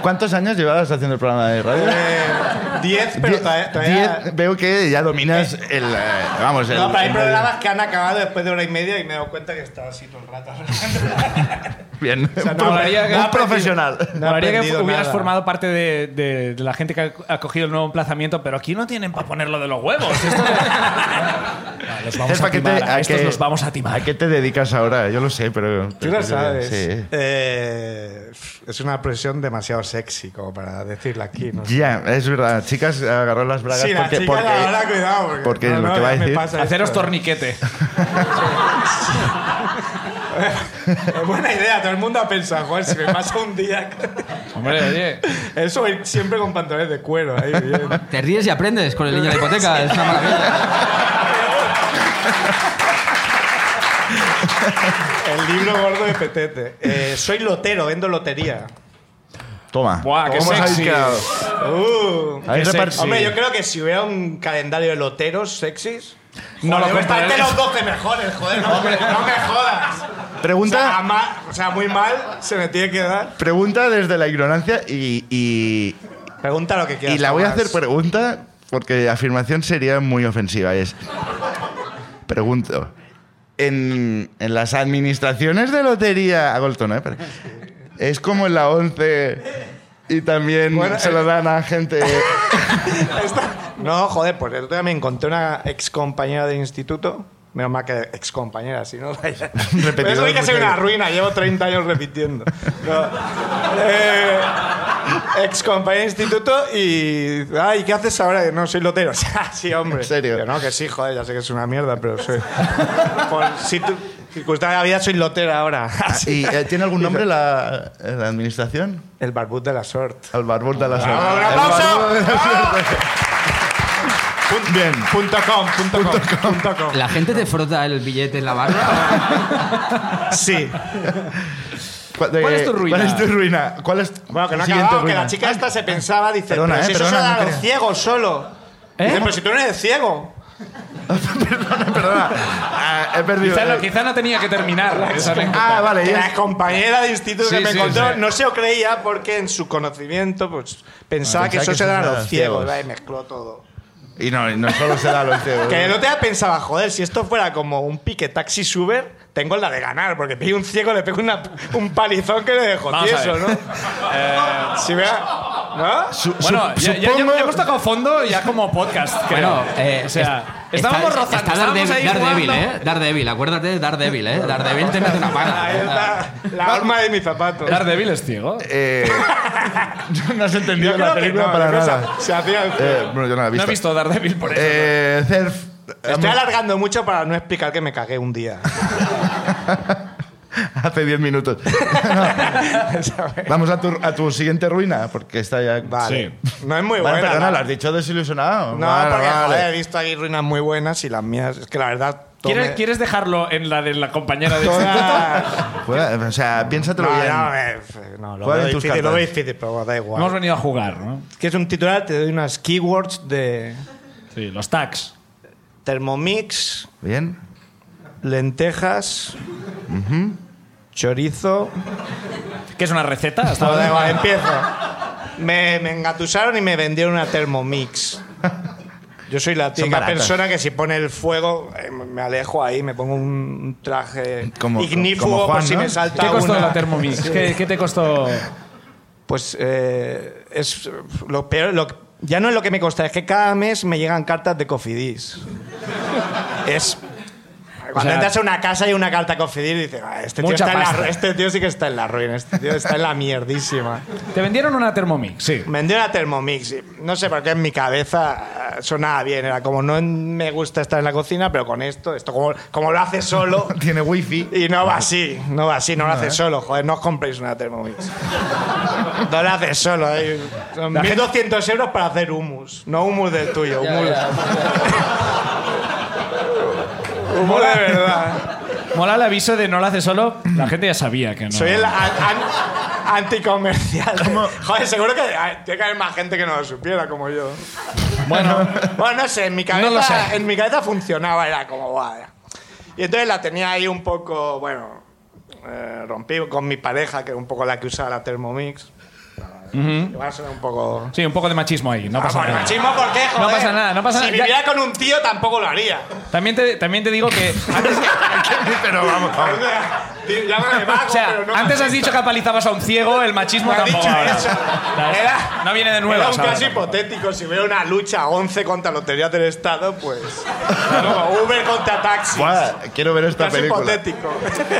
B: ¿Cuántos años llevabas haciendo el programa de radio?
F: Eh, Diez, pero
B: Die-
F: todavía. todavía-
B: diez- veo que ya dominas el. eh, vamos, el.
F: no, pero hay
B: el radio.
F: programas que han acabado después de hora y media y me he dado cuenta que estaba así todo el rato.
B: Bien.
F: sea,
B: un
F: no,
B: pro-
A: habría que-
B: un
A: no ha
B: profesional.
F: No he
A: Habría que
F: aprendido
A: hubieras
F: nada.
A: formado parte de, de- de la gente que ha- ha cogido el nuevo emplazamiento, pero aquí no tienen para ponerlo de los huevos. Esto es- No, los vamos
B: ¿Sabes
A: a
B: pa' qué te-
A: timar, a
B: a
A: estos
B: qué-
A: los vamos a
B: ¿A
A: timar.
B: qué te dedicas ahora? Yo lo sé, pero.
F: Tú lo sabes.
B: Sí.
F: Eh, es una profesión demasiado sexy como para decirla aquí. ¿no?
B: Ya, es verdad. Chicas, agarró las bragas
F: Sí, la
B: porque.
F: chica,
B: porque-
F: ahora, cuidado. Porque,
B: porque lo que va a
F: ya me
B: decir-
F: pasa
A: Haceros
F: esto.
A: torniquete.
F: Es buena idea, todo el mundo ha pensado, joder, si me pasa un día.
A: Hombre, oye.
F: Eso ir siempre con pantalones de cuero ahí. bien.
D: Te ríes y aprendes con el niño de la hipoteca. Es una maravilla.
F: El libro gordo de Petete. Eh, soy lotero, vendo lotería.
B: Toma.
A: Buah, qué
B: ¿Cómo os habéis
A: sexy.
B: quedado?
F: Uh.
B: ¿Habéis
A: Qué sexy.
B: repartido?
F: Hombre, yo creo que si hubiera un calendario de loteros sexys.
A: No
F: joder,
A: lo ¿eh?
F: están de
A: compraré.
F: los dos que mejores, joder, no, me- no me jodas.
B: Pregunta-
F: O sea, ama- o sea, muy mal se me tiene que dar.
B: Pregunta desde la ignorancia y, y,
F: Pregunta lo que quieras.
B: y la voy a
F: Tomás.
B: hacer pregunta porque afirmación sería muy ofensiva. Es. Pregunto. En, en las administraciones de lotería. Hago el tono, ¿eh? Pero- es como en la 11 y también se
F: eh,
B: lo dan a gente.
F: Esta- No, joder, pues el otro día me encontré una ex compañera del instituto. Menos mal que ex compañera, si no. vaya. Pero eso hay que ser una ruina, llevo 30 años repitiendo. No. Eh, ex compañera del instituto y. Ay, ¿qué haces ahora? No, soy lotero. O sea, sí, hombre.
B: ¿En serio?
F: Yo, no, que sí, joder, ya sé que es una mierda, pero soy. Por si tu circunstancia de la vida, soy lotera ahora.
B: ¿Y eh, tiene algún nombre la, eh, la administración?
F: El barbud de la sort.
B: El barbón de la suerte.
F: ¡Bravo, un
B: El
F: aplauso!
B: barbón de la suerte. Bien.
F: Punto com, punto com, punto com.
D: La gente te frota el billete en la barra.
F: Sí.
B: ¿Cuál,
A: es tu ruina?
B: ¿Cuál es tu ruina? ¿Cuál es
F: Bueno, que no ha
B: tu siguiente
F: acabado, que
B: ruina?
F: la chica esta se pensaba, dice,
B: Perdona,
F: pero
B: eh,
F: si eso
B: perdona,
F: se
B: no
F: da a los
B: quería.
F: ciegos solo. Dice, pero si tú no eres ciego.
B: perdona, perdona. Ah, he perdido.
A: Quizá no, quizá no tenía que terminar esa anécdota.
B: Ah, vale.
F: La
B: Ya.
F: compañera de instituto
A: Sí,
F: que me
A: sí,
F: encontró
A: sí.
F: no se lo creía porque en su conocimiento pues, pensaba
B: Ah,
F: que eso se da a los ciegos.
B: ciegos.
F: Y mezcló todo.
B: Y no, y no solo se da a los ciegos.
F: Que el otro día pensaba, joder, si esto fuera como un pique taxi Uber, tengo la de ganar, porque pillo un ciego, le pego una- un palizón que le dejo
A: Vamos a
F: tieso,
A: ver.
F: ¿no? Eh, si vea, ¿no?
B: Su-
A: Bueno,
B: su-
A: ya, ya- ya
B: supongo-
A: hemos tocado fondo ya como podcast. creo.
D: Bueno, eh,
A: o sea,
D: es-
A: estábamos
D: está-
A: rozando.
D: Está
A: estábamos ahí
D: Daredevil, Daredevil,
A: jugando.
D: ¿eh? Daredevil, acuérdate de Daredevil, ¿eh? Daredevil te mete una
F: Ahí
D: paga.
F: está la alma de mi zapato.
A: Daredevil es ciego.
B: Eh, no has
F: Yo
B: entendido
F: creo
B: la
F: que
B: película
F: no,
B: para
F: yo creo que
B: nada.
F: Se, se hacía el ciego.
B: Eh, bueno, yo no la he
A: No
B: visto.
A: he visto Daredevil por eso.
B: Eh, Cerf.
F: Estoy alargando mucho para no explicar que me cagué un día.
B: Hace 10 minutos. Vamos a tu, a tu siguiente ruina, porque está ya.
F: Vale. No es muy
B: Vale,
F: buena.
B: perdona,
F: la-
B: lo has dicho desilusionado.
F: No,
B: Vale,
F: porque
B: vale.
F: joder, he visto ahí ruinas muy buenas y las mías. Es que la verdad. tome-
A: ¿Quieres, quieres dejarlo en la de la compañera de
F: toda-
B: Fuera, O sea, piénsatelo
F: No,
B: bien.
F: no, eh, no, lo
B: ¿Cuál
F: veo
B: en tus
F: difícil, lo
B: cartas?
F: veo difícil, pero da igual.
A: Hemos venido a jugar, ¿no?
F: ¿Quieres un titular? Te doy unas keywords de
A: Sí, los tags.
F: Thermomix,
B: Bien.
F: lentejas, chorizo.
A: ¿Qué es una receta? Hasta
F: No,
A: ahora.
F: da igual, empiezo. Me, me engatusaron y me vendieron una Thermomix. Yo soy la típica
B: baratas.
F: persona que si pone el fuego, eh, me alejo ahí, me pongo un traje
B: Como-
F: ignífugo
B: como Juan,
F: por si
B: ¿no?
F: me salta
A: ¿Qué costó
F: una-
A: la Thermomix? ¿Qué, qué te costó?
F: Pues eh, es lo peor, lo- ya no es lo que me cuesta, es que cada mes me llegan cartas de Cofidis. es... Cuando
A: sea-
F: entras a una casa y hay una carta Cofidis, dices, "Ah, este tío,
A: Mucha
F: está en la
A: pasta.
F: ru- este tío sí que está en la ruina, este tío está en la mierdísima.
A: Te vendieron una Thermomix, sí.
F: Me Vendí una Thermomix. y No sé por qué en mi cabeza eh, sonaba bien. Era como, no me gusta estar en la cocina, pero con esto, esto como, como lo hace solo.
B: Tiene wifi.
F: Y no va así, no va así, no, lo hace solo. Joder, no os compréis una Thermomix. no lo hace solo. eh. Son
A: La gente-
F: 1200 euros para hacer humus. No humus del tuyo, humus. humus de verdad.
A: Mola el aviso de no lo hace solo. La gente ya sabía que no.
F: Soy el. an- an- anticomercial. Joder, seguro que hay- tiene que haber más gente que no lo supiera como yo.
A: Bueno,
F: Bueno, no sé, en mi cabeza,
A: No lo sé.
F: En mi cabeza funcionaba, era como guada. Y entonces la tenía ahí un poco, bueno, eh, rompí con mi pareja, que era un poco la que usaba la Thermomix. Que va a sonar un poco...
A: sí, un poco de machismo ahí, no
F: Ah,
A: pasa
F: bueno,
A: nada.
F: machismo, ¿por qué,
A: No
F: joder?
A: pasa nada, no pasa
F: si
A: nada.
F: viviera con un tío, tampoco lo haría.
A: También te, también te digo que. Antes,
B: Pero vamos,
F: O
B: vamos.
F: sea, di- llámame vago,
A: o sea,
F: pero no-
A: antes has dicho que apalizabas a un ciego, el machismo
F: Me ha
A: tampoco.
F: dicho
A: ahora.
F: eso.
A: ¿Sabes?
F: Era-
A: no viene de nuevo.
F: Era un caso hipotético. Si veo una lucha 11 contra Lotería del Estado, pues. Como Uber contra taxis.
B: Buah, quiero ver esta
F: Caso
B: película.
F: hipotético.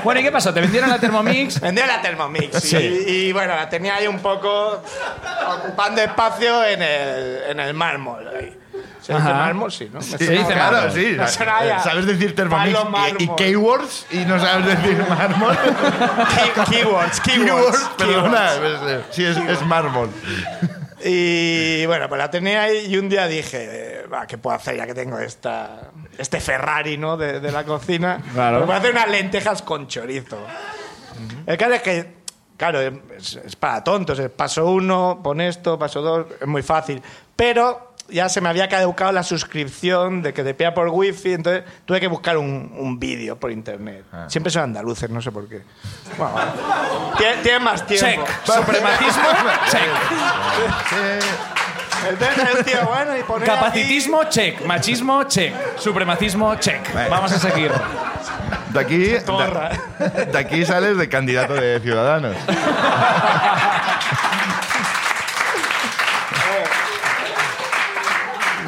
A: Bueno, ¿y qué pasó? ¿Te vendieron la Thermomix?
F: Vendía la Thermomix. y-
A: Sí.
F: Y, bueno, la tenía ahí un poco ocupando espacio en el, en el mármol. ahí. ¿Se dice
A: Ajá.
F: mármol? Sí, ¿no? Me
A: Sí,
F: suena-
A: dice
B: Claro,
A: mármol.
B: sí.
F: No suena ya.
B: Sabes decir Thermomix y-
F: Palo
B: y
F: mármol.
B: keywords y no sabes decir mármol.
F: Key- Keywords, keywords.
B: Keywords, perdona.
F: keywords.
B: es- Sí, es, es mármol.
F: Y bueno, pues la tenía ahí y un día dije, eh, va, ¿qué puedo hacer ya que tengo esta, este Ferrari, ¿no? De, de la cocina.
A: Claro.
F: Pues voy a hacer unas lentejas con chorizo. El caso es que, claro, es, es para tontos. es Paso uno, pon esto, paso dos, es muy fácil. Pero ya se me había caducado la suscripción de que te pida por wifi, entonces tuve que buscar un, un vídeo por internet.
A: Ah.
F: Siempre son andaluces, no sé por qué. Bueno, vale. Tien- tienen más tiempo.
A: Check. Supremacismo, check.
F: Entonces el tío, bueno, y poner aquí-
A: Capacitismo, check. Machismo, check. Supremacismo, check. Vamos a seguir.
B: De aquí,
F: Torra.
B: de, de aquí sales de candidato de Ciudadanos.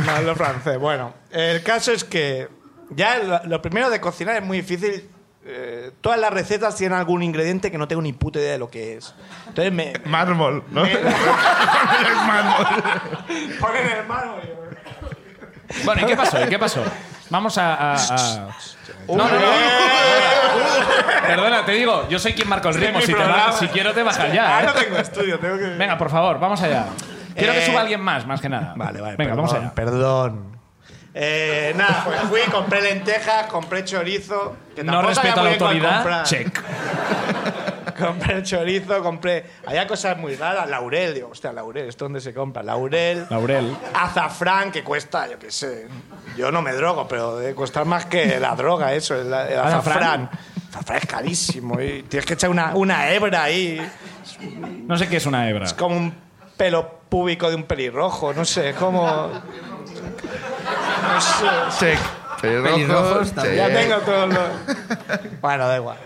F: Malo francés. Bueno, el caso es que ya lo, lo primero de cocinar es muy difícil. Eh, todas las recetas tienen algún ingrediente que no tengo ni puta idea de lo que es. Entonces me
B: Mármol, ¿no? es mármol.
F: ponen el mano.
A: Bueno, ¿y qué pasó? ¿Y qué pasó? Vamos a. a- a- No, no, no. Perdona, te digo, yo soy quien marca el ritmo.
F: mi
A: Si, te va-
F: programa.
A: si quiero, te bajas ya.
F: Ah,
A: ¿eh?
F: no tengo estudio, tengo que.
A: Venga, por favor, vamos allá. Quiero que
F: Eh,
A: suba alguien más, más que nada.
F: Vale, vale.
A: Venga,
F: perdón,
A: vamos allá.
F: Perdón. Eh, nada, pues fui, compré lentejas, compré chorizo. Que
A: No
F: tampoco sabía
A: respeto a la
F: muy bien cuál
A: autoridad.
F: comprar.
A: Check.
F: Compré chorizo, compré. Había cosas muy raras. Laurel, digo, hostia, laurel, ¿esto dónde se compra? Laurel.
A: Laurel.
F: Azafrán, que cuesta, yo qué sé. Yo no me drogo, pero debe costar más que la droga, eso, el, el azafrán.
A: ¿Azafrán?
F: Azafrán es carísimo. Y tienes que echar una, una hebra ahí.
A: No sé qué es una hebra.
F: Es como un pelo púbico de un pelirrojo, no sé, es como. No sé.
B: Check. Pelirrojos,
D: Pelirrojos
B: check.
D: también.
F: Ya tengo todos los. Bueno, da igual.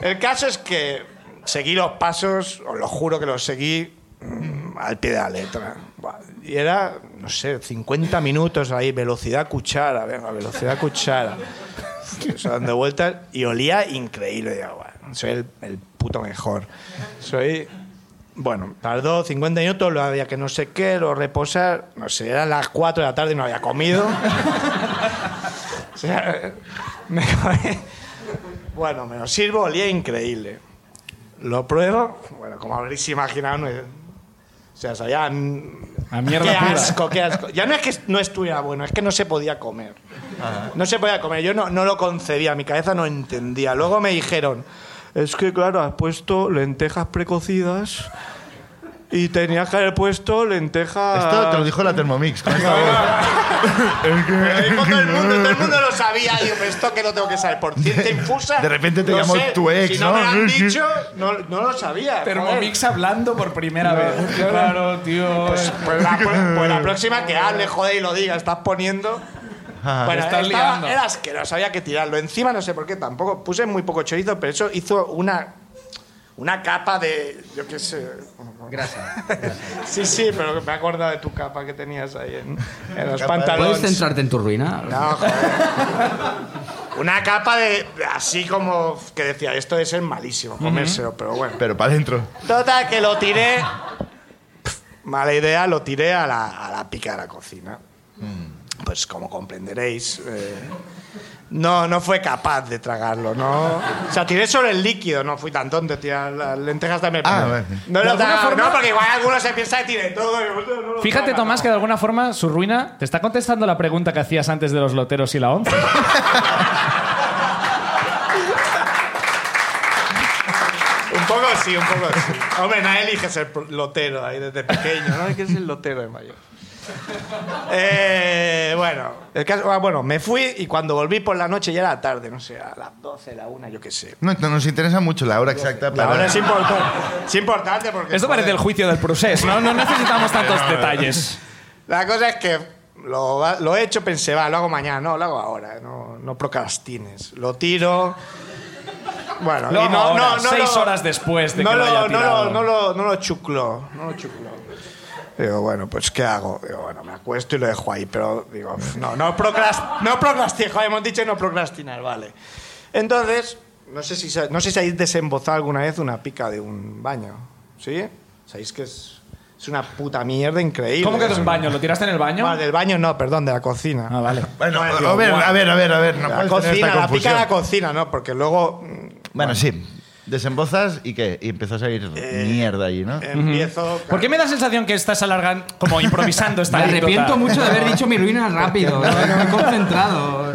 F: El caso es que seguí los pasos, os lo juro que los seguí mm, al pie de la letra. Buah, Y era, no sé, 50 minutos ahí, velocidad cuchara, venga, velocidad cuchara. Eso dando vueltas y olía increíble. Digo, "Buah, soy el, el puto mejor. Soy. Bueno, tardó 50 minutos, lo había que no sé qué, lo reposar. No sé, eran las 4 de la tarde y no había comido. O sea, me comí- Bueno, me lo sirvo, olía increíble. Lo pruebo, bueno, como habréis imaginado, no es- o sea, sabía... mm,
A: A mierda
F: qué
A: pura.
F: asco, qué asco. Ya no es que no estuviera bueno, es que no se podía comer. No se podía comer, yo no, no lo concebía, mi cabeza no entendía. Luego me dijeron, es que claro, has puesto lentejas precocidas y tenías que haber puesto lentejas...
B: Esto te lo dijo la Thermomix. con esta voz.
F: Lo dijo todo el mundo, todo el mundo lo sabía. Digo, pero esto que lo tengo que saber. Por cierta infusa.
B: De repente te
F: no
B: llamó
F: sé,
B: tu ex,
F: si no,
B: ¿no?
F: me lo han
B: Sí, sí.
F: dicho, no, no lo sabía.
A: Thermomix hablando por primera vez. Claro, tío.
F: joder. Pues la, pro- pues la próxima que hable, joder, y lo diga, estás poniendo. Bueno,
A: estás
F: estaba-
A: liando.
F: era asqueroso, había que tirarlo. Encima, no sé por qué tampoco. Puse muy poco chorizo, pero eso hizo una. Una capa de. Yo qué sé.
D: Gracias.
F: Sí, sí, pero me he acordado de tu capa que tenías ahí en, en los pantalones.
D: ¿Puedes centrarte en tu ruina?
F: No, joder. Una capa de. Así como que decía, esto debe ser malísimo comérselo, pero bueno.
B: Pero para adentro.
F: Total, que lo tiré. Pf, Mala idea, lo tiré a la, a la pica de la cocina.
A: Mm.
F: Pues como comprenderéis. eh, no, no fue capaz de tragarlo, ¿no? O sea, tiré sobre el líquido, no fui tan tonto, tirar las lentejas también.
B: Ah,
F: pero
B: vale.
F: No
A: De
F: lo
A: alguna
F: tragaba,
A: forma-
F: no, porque igual algunos se piensa que tiré todo. y otros no lo
A: Fíjate,
F: tragan,
A: Tomás,
F: ¿no?
A: que de alguna forma su ruina te está contestando la pregunta que hacías antes de los loteros y la once.
F: Un poco sí, un poco sí. Hombre, nadie elige ser lotero ahí desde pequeño, ¿no? Hay que ser lotero de mayor. Eh, bueno, el caso- ah, bueno, me fui y cuando volví por la noche ya era tarde, no sé, a las 12, la 1, yo qué sé.
B: No, no, nos interesa mucho la hora exacta
F: La
B: para...
F: hora es importante. Es importante porque.
A: Esto parece el
F: joder,
A: juicio del proceso, ¿no? No necesitamos tantos detalles.
F: La cosa es que lo, va- lo he hecho, pensé, va, lo hago mañana. No, lo hago ahora. No, no procrastines. Lo tiro. Bueno,
A: Lo
F: y
A: hago
F: no,
A: ahora,
F: no, no
A: seis
F: lo-
A: horas después de
F: no
A: que lo haya
F: no
A: tirado.
F: No lo, no lo chuclo. No lo chuclo. Digo, bueno, pues ¿qué hago? Digo, bueno, me acuesto y lo dejo ahí, pero digo, pf, no, no procrastinar, no procrastinar, joder, hemos dicho no procrastinar, vale. Entonces, no sé si sa- no sé si habéis desembozado alguna vez una pica de un baño, ¿sí? Sabéis que es, es una puta mierda increíble.
A: ¿Cómo que de
F: Es
A: un
F: una-
A: baño? ¿Lo tiraste en el baño?
F: Bueno, del baño no, perdón, de la cocina.
A: Ah, vale.
B: Bueno,
F: Bueno,
B: a ver, a ver, a ver, a ver. No
F: la
B: puedes tener esta
F: cocina, la pica
B: confusión.
F: de la cocina, ¿no? Porque luego mm,
B: Bueno, sí. Desembozas y qué? Y empezó a salir
F: Eh,
B: mierda ahí, ¿no?
F: empiezo...
A: ¿Por qué me da sensación que estás alargando, como improvisando esta
D: Me
A: anécdota?
D: arrepiento mucho de haber dicho mi ruina rápido. No, no me he concentrado.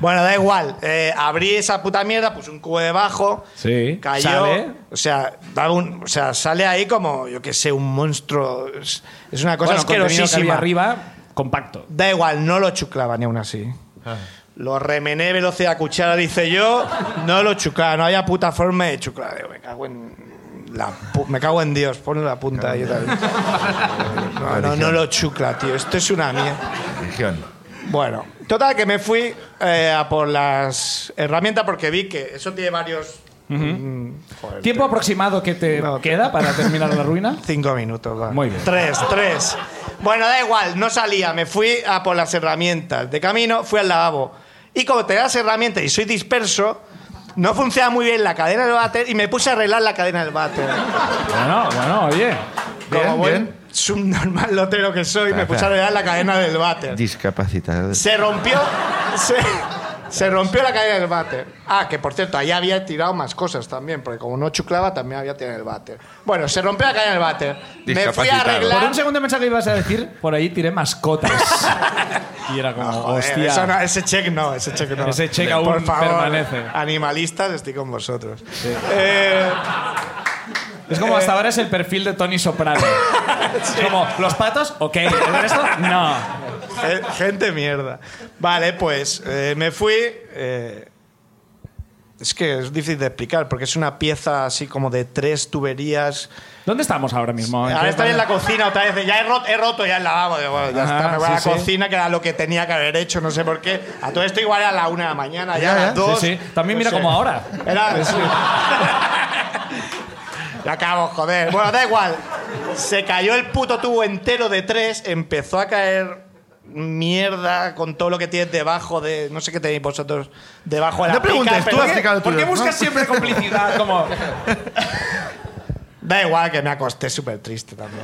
F: Bueno, da igual. Eh, abrí esa puta mierda, puse un cubo debajo.
A: Sí.
F: Cayó.
A: ¿Sale?
F: O, sea, daba un- o sea, sale ahí como, yo qué sé, un monstruo. Es, es una cosa
A: Bueno, contenido que había
F: asquerosísima.
A: arriba, compacto.
F: Da igual, no lo chuclaba ni aún así.
B: Ah.
F: Lo remené velocidad cuchara, dice yo. No lo chuclaba, no había puta forma de chuclar. Digo, me cago en. la pu- me cago en Dios, ponle la punta ahí. tal. No, no, no lo chucla, tío. Esto es una mierda.
B: Religión.
F: Bueno, total que me fui eh, a por las herramientas porque vi que eso tiene varios... Mm, joder,
A: ¿Tiempo aproximado que te
F: No, te-
A: queda para terminar la ruina?
F: Cinco minutos, va.
A: Muy bien.
F: Tres, tres. Bueno, da igual, no salía. Me fui a por las herramientas. De camino fui al lavabo. Y como te das herramientas y soy disperso, no funciona muy bien la cadena del váter y me puse a arreglar la cadena del váter.
A: Bueno, bueno, oye.
F: Como
B: Bien,
F: buen
B: bien.
F: subnormal lotero que soy, me puse a arreglar la cadena del váter.
B: Discapacitado.
F: Se rompió. Se, se rompió la cadena del váter. Ah, que por cierto, ahí había tirado más cosas también, porque como no chuclaba, también había tirado el váter. Bueno, se rompió la cadena del váter. Me fui a
B: Discapacitado.
A: Por
F: arreglar.
A: un segundo pensaba que ibas a decir, por ahí tiré mascotas. Y era como,
F: No, joder,
A: hostia.
F: Ah, eso no, ese check no, ese check no.
A: Ese check aún
F: Por favor,
A: permanece.
F: Animalistas, estoy con vosotros. Eh,
A: Es como hasta ahora es el perfil de Tony Soprano. Es Como, ¿los patos? Ok. ¿El resto? No.
F: Eh, Gente mierda. Vale, pues eh, me fui. eh, es que es difícil de explicar porque es una pieza así como de tres tuberías.
A: ¿Dónde estamos ahora mismo?
F: Ahora estoy en la cocina otra vez. Ya he, ro- he roto ya el lavabo. Digo, bueno, ya
A: Ajá,
F: está, me voy a la
A: sí, sí.
F: cocina, que era lo que tenía que haber hecho, no sé por qué. A todo esto igual era a la una de la mañana, ya,
B: Ya,
F: a las
B: ya.
F: dos.
A: Sí, sí. También mira como ahora.
F: Era. Ya acabo, joder. Bueno, da igual. Se cayó el puto tubo entero de tres, empezó a caer mierda con todo lo que tienes debajo de. No sé qué tenéis vosotros debajo de la
B: No
F: pica,
B: preguntes, tú
F: pero-
B: has picado
A: ¿Por qué
B: tuyos, ¿no?
A: buscas siempre complicidad? Como,
F: Da igual que me acosté súper triste también.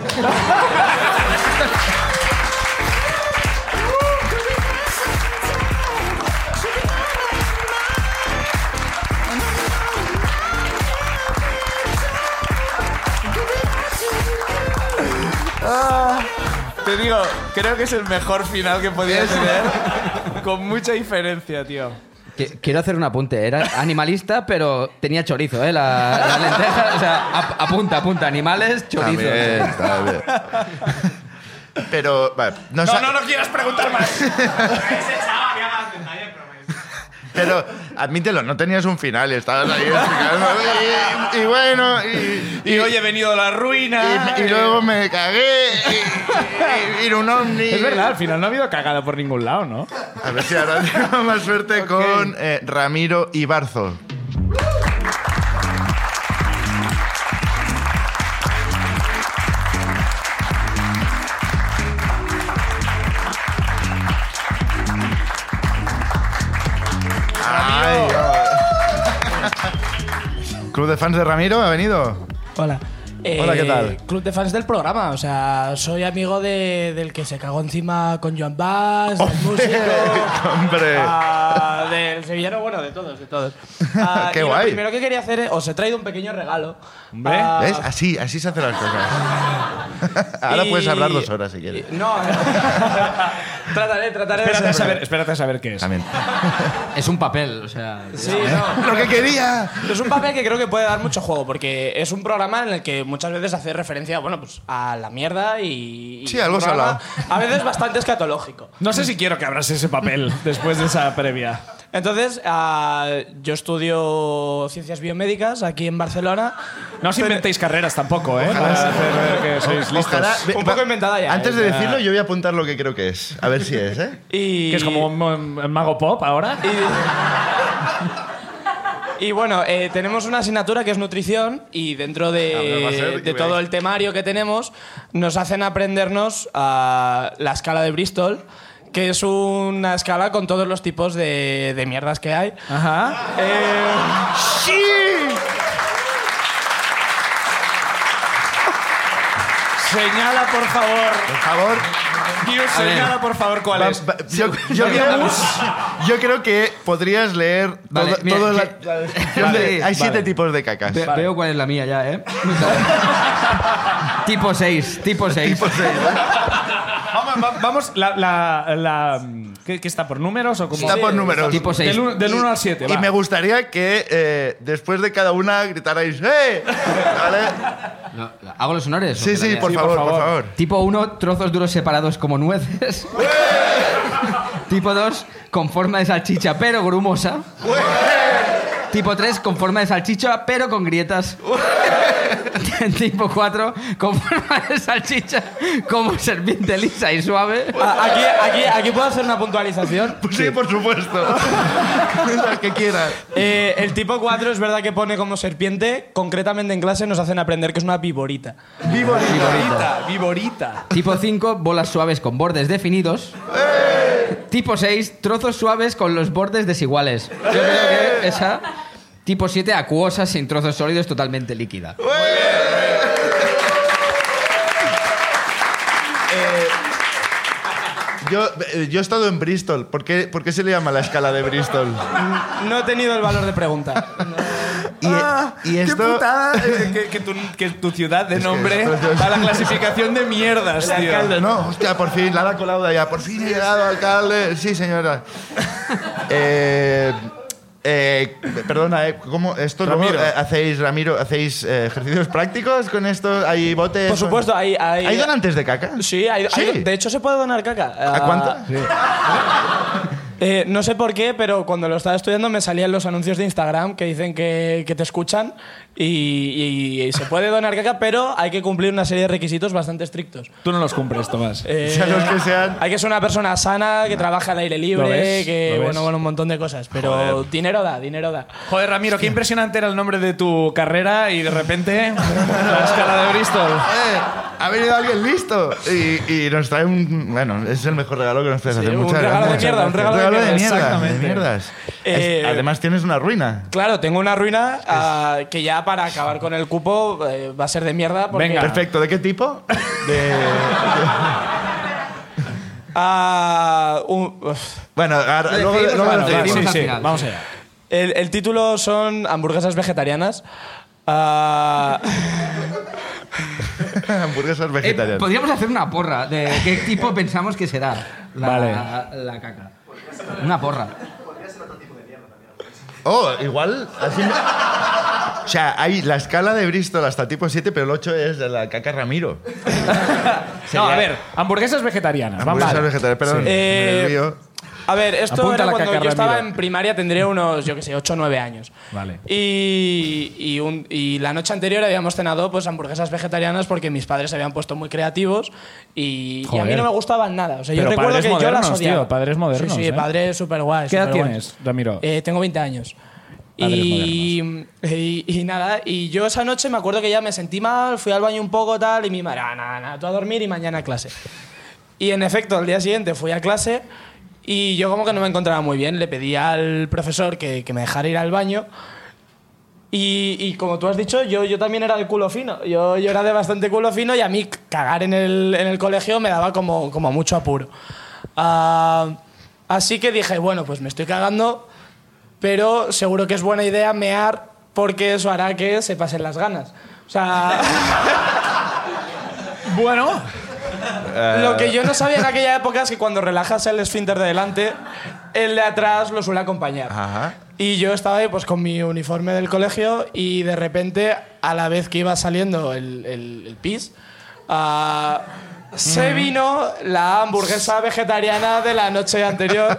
A: Te digo, creo que es el mejor final que podías tener. Con mucha diferencia, tío.
D: Qui- Quiero hacer un apunte. Era animalista, pero tenía chorizo, ¿eh? La, la lenteja. O sea, ap- apunta, apunta. Animales, chorizo.
B: También, también. Pero, vale, no,
A: No,
B: sa-
A: no, no quieras preguntar más.
B: pero admítelo, no tenías un final, estabas ahí explicando, y, y bueno, y,
A: Y ah, hoy he venido a la ruina.
B: y- y luego me cagué, y, y- y era un ovni.
A: Es verdad, al final no ha habido cagada por ningún lado, ¿no?
B: A ver si ahora tengo más suerte con eh, Ramiro Ibarzo. Ay, ay. Club de fans de Ramiro ha venido.
G: Hola. Eh,
B: Hola, ¿qué tal?
G: Club de fans del programa, o sea, soy amigo de- del que se cagó encima con Joan Bass, del músico,
B: Hombre,
G: ah, del sevillano, bueno, de todos, de todos. Ah,
B: Qué
G: y
B: Oh. guay.
G: Lo primero eh, que quería hacer es, os he traído un pequeño regalo.
A: Hombre.
G: Ah,
B: ¿ves? Así, así se hacen las cosas. Ahora
E: Y-
B: puedes hablar dos horas si quieres.
E: No, trataré, trataré
A: Espérate
E: de
A: a
E: ser-
A: saber, espérate a saber qué es.
B: También.
D: Es un papel, o sea.
G: Sí, no.
B: ¡Lo que quería!
G: Es un papel que creo que puede dar mucho juego, porque es un programa en el que muchas veces hace referencia, bueno, pues a la mierda y... y
B: Sí, algo
G: un
B: se ha
G: programa
B: hablado.
G: A veces bastante escatológico.
A: No sé si quiero que abras ese papel después de esa previa.
G: Entonces, ah, yo estudio ciencias biomédicas aquí en Barcelona.
A: No os inventéis carreras tampoco, ¿eh? Para hacer ver que sois Pues listos.
B: Ojalá- ve-
G: Un poco
B: va-
G: inventada ya.
B: Antes
G: eh,
B: de
G: ya.
B: decirlo, yo voy a apuntar lo que creo que es. A ver si es, ¿eh?
G: Y,
A: Que es como un, un mago pop ahora.
G: Y bueno, eh, tenemos una asignatura que es nutrición y dentro
B: Hablar Ah, va a
G: de,
B: ser
G: de
B: y
G: todo
B: veáis.
G: el temario que tenemos nos hacen aprendernos ah, la escala de Bristol, que es una escala con todos los tipos de, de mierdas que hay.
A: Ajá.
G: Eh,
A: Señala, por favor.
B: Por favor.
A: Dios, señala, por favor, cuál
B: va-
A: es.
B: va- yo, yo creo, yo creo que podrías leer
D: Vale,
B: todo-
D: mira,
B: todo la-
D: que-
B: la descripción de-
D: Vale,
B: Hay siete
A: vale.
B: tipos de cacas.
D: Ve- Veo cuál es la mía ya, ¿eh? tipo 6, tipo 6.
B: Tipos de-
A: Vamos, va- vamos, la. la, la- ¿qué, qué está por números o cómo?
B: Está por números.
D: Tipo 6.
A: Del uno- Del 1 al 7.
B: Y me gustaría que eh, después de cada una gritarais ¡Eh! ¿Vale?
D: ¿Hago los honores? o
B: Sí,
D: qué
B: sí,
D: la-
B: por
A: Sí, por
B: favor, por
A: favor.
B: favor.
D: Tipo 1, trozos duros separados como nueces. tipo 2, con forma de salchicha pero grumosa. tipo 3, con forma de salchicha pero con grietas. tipo 4, con forma de salchicha como serpiente lisa y suave.
B: Ah,
G: a- Ah, aquí, aquí, aquí puedo hacer una puntualización.
B: Pues sí, por supuesto. Las que quieras.
G: Eh, el tipo 4 es verdad que pone como serpiente, concretamente en clase nos hacen aprender que es una viborita.
A: Viborita, viborita.
D: Tipo 5, bolas suaves con bordes definidos. Tipo 6, trozos suaves con los bordes desiguales. Yo creo que esa. Tipo 7, acuosa sin trozos sólidos, totalmente líquida.
B: Yo, eh, yo he estado en Bristol. ¿Por qué, por qué se le llama la escala de Bristol?
G: No he tenido el valor de preguntar.
B: Y, y esto...
A: Ah, Qué putada eh, que, que tu, que tu ciudad de
B: que
A: nombre
B: es precioso.
A: a la clasificación de mierdas,
B: El
A: tío.
B: alcalde, no, hostia, por fin, Lara Colauda ya, por fin he llegado, alcalde. Sí, señora. Eh, eh, perdona, eh, ¿cómo esto luego,
A: Ramiro.
B: eh, hacéis, Ramiro, hacéis eh, ejercicios prácticos con esto? ¿Hay botes?
G: Por supuesto, hay...
B: ¿Hay, donantes de caca?
G: Sí, hay, hay- de hecho se puede donar caca.
B: ¿A
G: Ah,
B: cuánto? Sí.
G: Eh, no sé por qué, pero cuando lo estaba estudiando me salían los anuncios de Instagram que dicen que, que te escuchan y, y- y se puede donar caca, pero hay que cumplir una serie de requisitos bastante estrictos.
A: Tú no los cumples, Tomás.
G: Eh,
B: Sean los que sean.
G: Hay que ser una persona sana, que trabaja al aire libre,
A: ¿Lo ves?
G: que
A: ¿Lo ves?
G: bueno, bueno, un montón de cosas. Pero dinero da, dinero da.
A: Joder, Ramiro, qué impresionante era el nombre de tu carrera y de repente la escala de Bristol.
B: Eh, ha venido alguien listo y, y nos trae un. Bueno, es el mejor regalo que nos puedes hacer.
G: un
B: Muchas
G: regalo de
B: gracias.
G: mierda, un regalo de mierda,
B: de
A: exactamente.
B: mierdas.
G: Eh,
B: Es- Además, tienes una ruina.
G: Claro, tengo una ruina ah, que ya para acabar con el cupo eh, va a ser de mierda. Porque,
A: Venga.
B: Perfecto, ¿de qué tipo?
G: Ah, un- uf.
B: Bueno, ahora-
D: Lo
B: luego,
D: decidimos
B: luego
D: ahora,
B: lo
D: lo
B: decidimos.
A: sí,
D: al
A: sí,
D: final,
A: vamos
D: sí.
A: allá.
G: El, el título son hamburguesas vegetarianas. Ah,
B: Hamburguesas
D: Eh,
B: vegetarianas.
G: pues-
D: podríamos hacer una porra de qué tipo pensamos que será la,
A: Vale.
D: la, la caca. Una porra.
B: Oh, igual. así me- O sea, hay la escala de Bristol hasta tipo 7, pero el 8 es de la caca Ramiro.
A: No, a ver, hamburguesas vegetarianas. vamos.
B: Hamburguesas
A: Vale.
B: vegetarianas, perdón.
G: Ah, Eh,
B: me desvío.
G: a ver, esto
A: Apunta
G: era
A: la
G: cuando
A: caca,
G: yo estaba
A: Ramiro.
G: en primaria, tendría unos, yo qué sé, 8 o 9 años.
A: Vale.
G: Y, y un- y la noche anterior habíamos cenado pues, hamburguesas vegetarianas porque mis padres se habían puesto muy creativos y, y a mí
A: Joder.
G: no me gustaban nada. O sea, yo
A: Pero
G: recuerdo
A: padres
G: que yo las
A: modernos,
G: odiaba.
A: tío, padres modernos,
G: Sí, sí,
A: ¿eh?
G: padres súper guays.
A: ¿Qué edad tienes, Ramiro?
G: Eh, tengo 20 años.
A: Padres
G: Y, y- y nada, y yo esa noche me acuerdo que ya me sentí mal, fui al baño un poco tal, y mi madre, "Ah, nada, nada, tú a dormir y mañana a clase. Y en efecto, al día siguiente fui a clase y yo como que no me encontraba muy bien, le pedí al profesor que, que me dejara ir al baño. Y, y como tú has dicho, yo, yo también era de culo fino. Yo, yo era de bastante culo fino y a mí cagar en el, en el colegio me daba como, como mucho apuro. Ah, así que dije, bueno, pues me estoy cagando, pero seguro que es buena idea mear porque eso hará que se pasen las ganas. O sea, Bueno, lo que yo no sabía en aquella época es que cuando relajas el esfínter de delante, el de atrás lo suele acompañar.
B: Ajá.
G: Y yo estaba ahí pues con mi uniforme del colegio y de repente, a la vez que iba saliendo el, el, el pis, ah, se vino la hamburguesa vegetariana de la noche anterior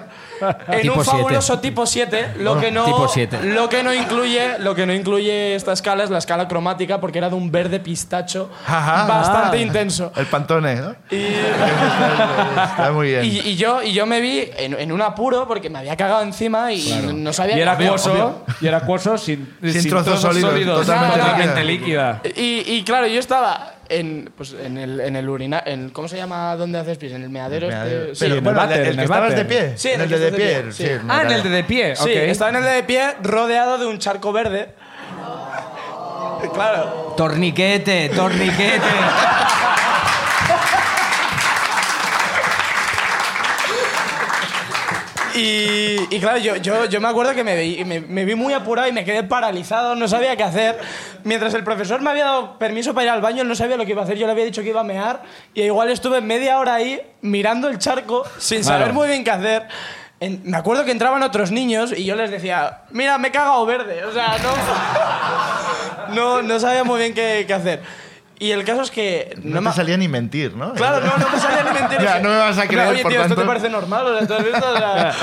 G: en
D: Tipo
G: un
D: siete.
G: fabuloso tipo 7, lo que no
D: tipo siete.
G: lo que no incluye, lo que no incluye esta escala es la escala cromática porque era de un verde pistacho
B: Ajá.
G: bastante intenso.
B: El pantone, ¿no?
G: Y
B: Está muy bien.
G: y, y yo, y yo me vi en, en un apuro porque me había cagado encima y no sabía
A: Y era
G: qué hacer.
A: acuoso, y era acuoso sin,
B: Sin trozos sólidos,
A: totalmente,
G: totalmente
A: líquida.
G: Y, y claro, yo estaba en, pues, en el, en el urina- en- ¿Cómo se llama? ¿Dónde haces pis? En el meadero.
B: Me adhiero.
G: este- sí,
B: Pero
A: en el
B: bueno,
A: váter,
B: el,
A: en
B: que
A: el
B: estabas de
A: váter.
B: pie.
G: Sí, en el
B: el de
G: que estás de
B: pie.
G: pie,
B: sí,
G: sí.
B: el
A: Ah, en el
B: meadero.
A: de, de pie,
G: Sí,
A: ok.
G: estaba en el de pie rodeado de un charco verde. Claro.
D: Torniquete, torniquete.
G: Y, y claro, yo, yo, yo me acuerdo que me vi, me, me vi muy apurado y me quedé paralizado, no sabía qué hacer. Mientras el profesor me había dado permiso para ir al baño, él no sabía lo que iba a hacer, yo le había dicho que iba a mear y igual estuve media hora ahí mirando el charco sin saber
A: Claro.
G: muy bien qué hacer. En- me acuerdo que entraban otros niños y yo les decía, mira, me he cagado verde, o sea, no, no, no sabía muy bien qué, qué hacer. Y el caso es que...
B: No,
G: me-
B: me salía ni mentir, ¿no?
G: Claro, no, no me salía ni mentir.
B: Ya, no me vas a creer,
G: Oye,
B: por
G: tío, ¿esto
B: tanto.
G: te parece normal? O sea, ¿tú has visto? O sea,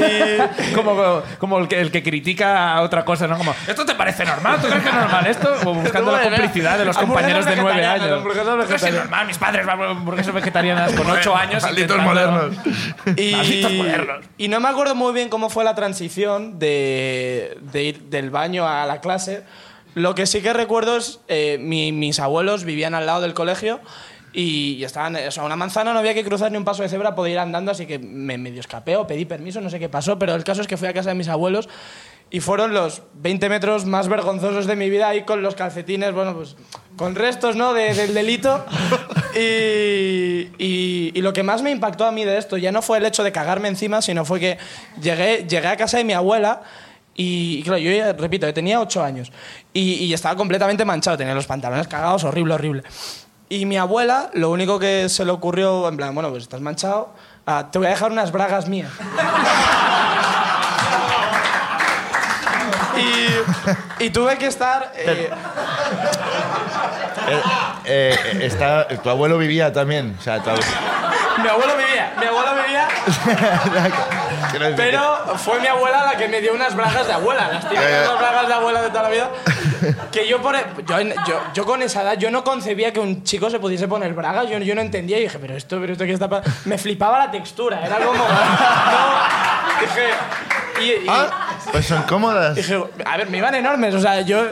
G: y-
A: como, como el, que, el que critica a otra cosa, ¿no? Como, ¿esto te parece normal? ¿Tú crees que es normal esto? O buscando la
G: Bueno,
A: complicidad de los
G: hamburguesas
A: compañeros de nueve
G: vegetarianas,
A: años.
G: hamburguesas
A: ¿Tú crees que es
G: vegetarianas.
A: normal? Mis padres van a hamburguesas vegetarianas con ocho años.
B: Malditos
A: intentando-
B: modernos.
A: Malditos
G: Y,
A: modernos.
G: y no me acuerdo muy bien cómo fue la transición de, de ir del baño a la clase. Lo que sí que recuerdo es eh, mi- mis abuelos vivían al lado del colegio y, y estaban, o sea, una manzana no había que cruzar ni un paso de cebra, podía ir andando, así que me medio escapé o pedí permiso, no sé qué pasó, pero el caso es que fui a casa de mis abuelos y fueron los 20 metros más vergonzosos de mi vida ahí con los calcetines, bueno, pues con restos, ¿no? de- del delito. Y, y- y lo que más me impactó a mí de esto ya no fue el hecho de cagarme encima, sino fue que llegué, llegué a casa de mi abuela y, y claro, yo ya, repito, yo tenía ocho años y, y estaba completamente manchado, tenía los pantalones cagados, horrible, horrible. Y mi abuela, lo único que se le ocurrió, en plan, bueno, pues estás manchado, ah, te voy a dejar unas bragas mías. Y, y tuve que estar... eh,
B: Eh, eh, está, tu abuelo vivía también. O sea, tu abuelo-
G: mi abuelo vivía, mi abuelo vivía,
B: quiero decir que-
G: pero fue mi abuela la que me dio unas bragas de abuela, las
B: Ya,
G: típicas
B: ya.
G: unas bragas de abuela de toda la vida. Que yo, por, e, yo, en- yo, yo con esa edad, yo no concebía que un chico se pudiese poner bragas, yo, yo no entendía y dije, pero esto, pero esto qué está pasando. Me flipaba la textura, era como... No, dije... y- y-
B: Ah, pues son cómodas.
G: dije, a ver, me iban enormes, o sea, yo...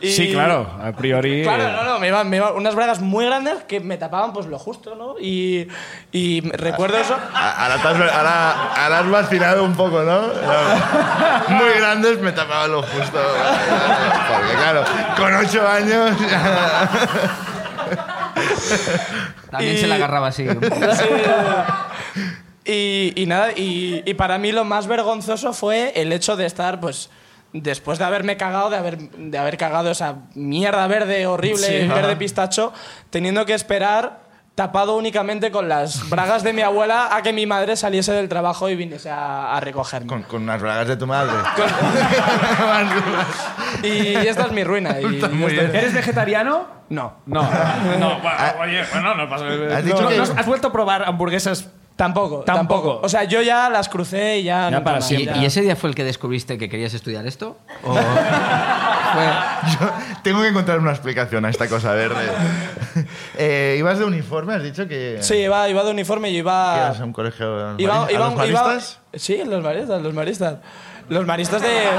G: y-
A: Sí, claro, a priori.
G: Claro, no, no, me iban, me iban unas bragas muy grandes que me tapaban pues lo justo, ¿no? Y, y recuerdo eso.
B: A- Ahora, te has, ahora, ahora has vacilado un poco, ¿no? Era- Muy grandes me tapaba lo justo. Porque claro, con ocho años...
D: También
G: Y-
D: se la agarraba así.
G: y, y nada, y, y para mí lo más vergonzoso fue el hecho de estar, pues, después de haberme cagado, de haber, de haber cagado esa mierda verde horrible, verde pistacho, teniendo que esperar tapado únicamente con las bragas de mi abuela a que mi madre saliese del trabajo y viniese a, a recogerme.
B: con, con unas bragas de tu madre.
G: Y esta es mi ruina. y ya
B: Muy
G: está.
B: bien.
A: pues, ¿Eres vegetariano?
G: No,
A: No, no, bueno, oye, bueno, no pasa
B: Has dicho
A: No,
B: que-
A: no, ¿Has vuelto a probar hamburguesas?
G: tampoco,
A: Tampoco.
G: tampoco. O sea, yo ya las crucé y ya... nunca
A: para
G: más.
A: siempre.
D: ¿Y, y ese día fue el que descubriste que querías estudiar esto? ¿O
B: Yo tengo que encontrar una explicación a esta cosa verde. Eh, ¿Ibas de uniforme? ¿Has dicho que,
G: Sí, iba, iba de uniforme y
B: que
G: iba...
A: ah,
B: ibas a un colegio de
G: Iba,
B: mari-
G: iba-
B: a los
G: iba-
B: maristas?
G: sí, los maristas, los maristas. Los maristas de.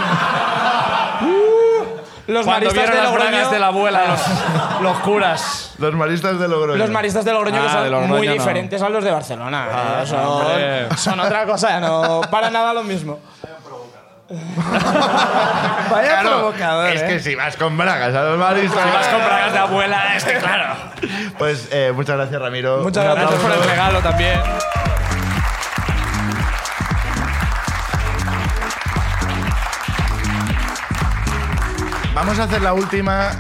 G: Uh, los
A: Cuando
G: maristas
A: vieron
G: de
A: las
G: Logroño.
A: bragas de la abuela, los, los curas.
B: Los maristas de Logroño.
G: Los maristas de Logroño que
A: Ah,
G: son
A: de Logroño
G: muy
A: no. Ah,
G: diferentes a los de Barcelona. eh,
A: hombre.
G: son, son otra cosa, no para nada lo mismo.
A: Vaya eh.
B: Claro, es que si vas con bragas a los maristas...
A: Si vas con bragas de abuela, es que claro.
B: Pues eh, muchas gracias, Ramiro.
G: Muchas
B: Un
G: gracias
A: Gracias por
B: aplauso.
A: el regalo también.
B: Vamos a hacer la última.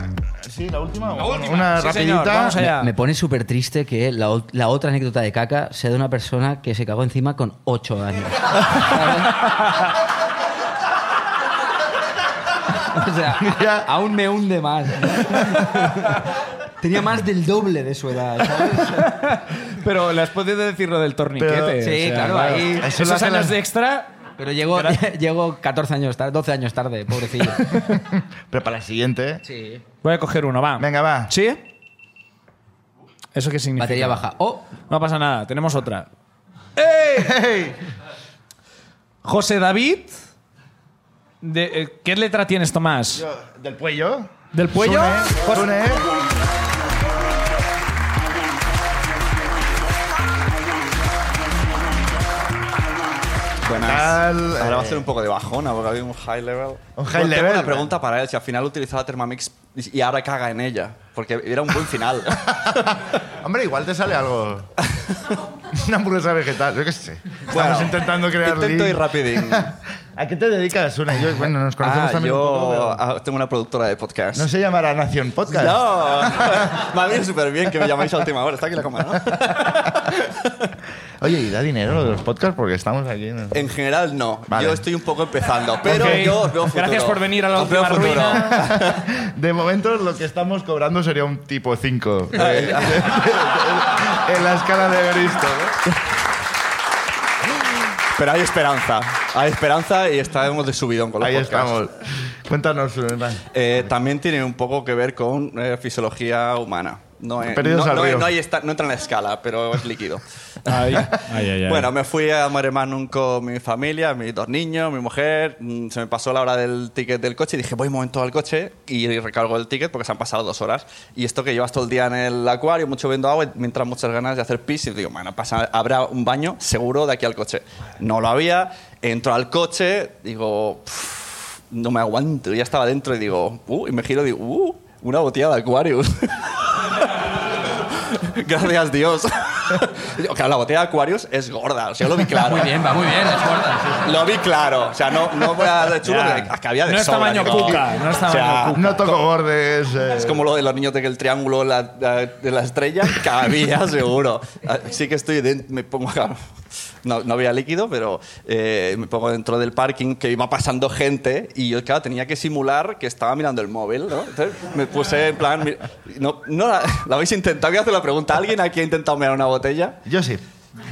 B: Sí, la última.
A: La última.
B: Una
A: Sí,
B: rapidita.
A: señor, vamos allá.
D: Me pone súper triste que la, ot- la otra anécdota de caca sea de una persona que se cagó encima con 8 años. ¿Sabes? o sea,
B: Mira.
D: aún me hunde más. Tenía más del doble de su edad. ¿sabes?
A: Pero las puedes decir lo del torniquete.
B: Pero-
A: o
D: Sí,
A: sea,
D: claro, ahí-
B: Eso lo
A: Esos
B: hace
A: años
B: las-
A: de extra.
D: Pero llegó, llegó 14 años tarde, 12 años tarde, pobrecillo.
B: Pero para la siguiente.
D: Sí.
A: Voy a coger uno, va.
B: Venga, va.
A: ¿Sí? ¿Eso qué significa?
D: Batería baja. Oh,
A: No pasa nada, tenemos otra.
B: Hey.
A: José David. De, eh, ¿Qué letra tienes, Tomás?
B: ¿Del cuello?
A: ¿Del cuello? Pues-
B: Sune,
A: José-
B: Sune.
H: Buenas.
B: tal?
H: Ahora va a
B: Eh,
H: ser un poco de bajona porque había un high level.
B: Un high
H: Tengo
B: level,
H: una pregunta para él: si al final utilizaba Thermamix y ahora caga en ella, porque era un buen final.
B: Hombre, igual te sale algo. Una hamburguesa vegetal, yo qué sé. Estamos
H: Bueno,
B: intentando crear
H: Intento
B: link.
H: ir rapidín.
B: ¿A qué te dedicas, Sune? Yo- bueno, nos conocemos
H: Ah,
B: también
H: yo
B: un poco, pero-
H: ah, tengo una productora de podcast.
B: No se llamará Nación Podcast.
H: No, me ha venido súper bien que me llamáis a última hora. Está aquí la cámara, ¿no?
B: Oye, ¿y da dinero lo de los podcasts? Porque estamos aquí. ¿no?
H: En general, no.
B: Vale.
H: Yo estoy un poco empezando, pero
A: Ok.
H: yo os veo futuro.
A: Gracias por venir a la
H: Os veo
A: última
H: futuro.
A: ruina.
B: De momento, lo que estamos cobrando sería un tipo 5 en la escala de Beristo. ¿no?
H: Pero hay esperanza. Hay esperanza y estamos de subidón con los
B: Ahí
H: podcasts.
B: estamos. Cuéntanos, Sune. va.
H: Eh, también tiene un poco que ver con eh, fisiología humana. No, es-
B: Perdidos
H: no-
B: al
H: no es-
B: río.
H: no hay esta- no entra en la escala, pero es líquido.
A: Ay, ay, ay, ay.
H: Bueno, me fui a Maremanum con mi familia, mis dos niños, mi mujer. Mm, Se me pasó la hora del ticket del coche y dije, voy un momento al coche y recargo el ticket porque se han pasado dos horas. Y esto que llevas todo el día en el acuario, mucho viendo agua, y me entran muchas ganas de hacer pis. Y digo, bueno, pasa, habrá un baño seguro de aquí al coche. No lo había. Entro al coche, digo, "Pff, no me aguanto. Ya estaba dentro y digo, uh, y me giro y digo, uh, una botella de Aquarius. Gracias Dios. claro, la botella de Aquarius es gorda, o sea, yo lo vi claro.
D: muy bien, va muy bien, es gorda.
H: Lo vi claro, o sea, no, no voy a dar chulo,
A: Ya.
H: que había de
A: No es
H: sobra,
A: tamaño
H: digo.
A: cuca, no es
H: O sea,
A: tamaño cuca.
B: No toco bordes. eh.
H: Es como lo de los niños de que el triángulo la- la- de la estrella cabía, seguro. Ah, Sí que estoy den- me pongo no, no había líquido, pero eh, me pongo dentro del parking que iba pasando gente y yo, claro, tenía que simular que estaba mirando el móvil, ¿no? Entonces me puse en plan... mi- No, no la, la habéis intentado, que hacer la pregunta. ¿Alguien aquí ha intentado mirar una botella?
B: Yo sí.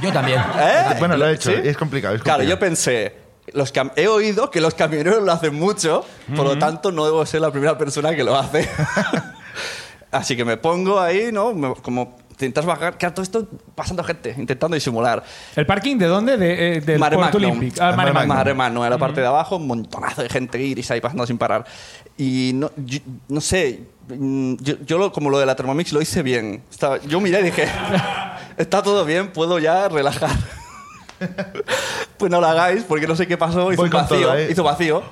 D: Yo también.
H: ¿Eh?
B: Este, Bueno, lo he hecho,
H: ¿Sí?
B: es complicado. es
H: Claro, yo
B: complicado.
H: pensé, los cam- he oído que los camioneros lo hacen mucho, por lo tanto no debo ser la primera persona que lo hace. Así que me pongo ahí, ¿no? Me- como intentas bajar, claro, todo esto pasando gente, intentando disimular.
A: ¿El parking de dónde? De, eh, del
H: Mare
A: Puerto
H: Magnum.
A: Olímpico. Ah, Mare Magnum.
H: Mare Magnum, en la parte de abajo, un montonazo de gente iris ahí pasando sin parar. Y no, yo- no sé, mm, yo, yo lo- como lo de la Thermomix lo hice bien. Estaba- yo miré y dije, está todo bien, puedo ya relajar. pues no lo hagáis porque no sé qué pasó, hizo
B: Voy
H: un
B: con
H: vacío.
B: todo, ¿eh?
H: Hizo vacío.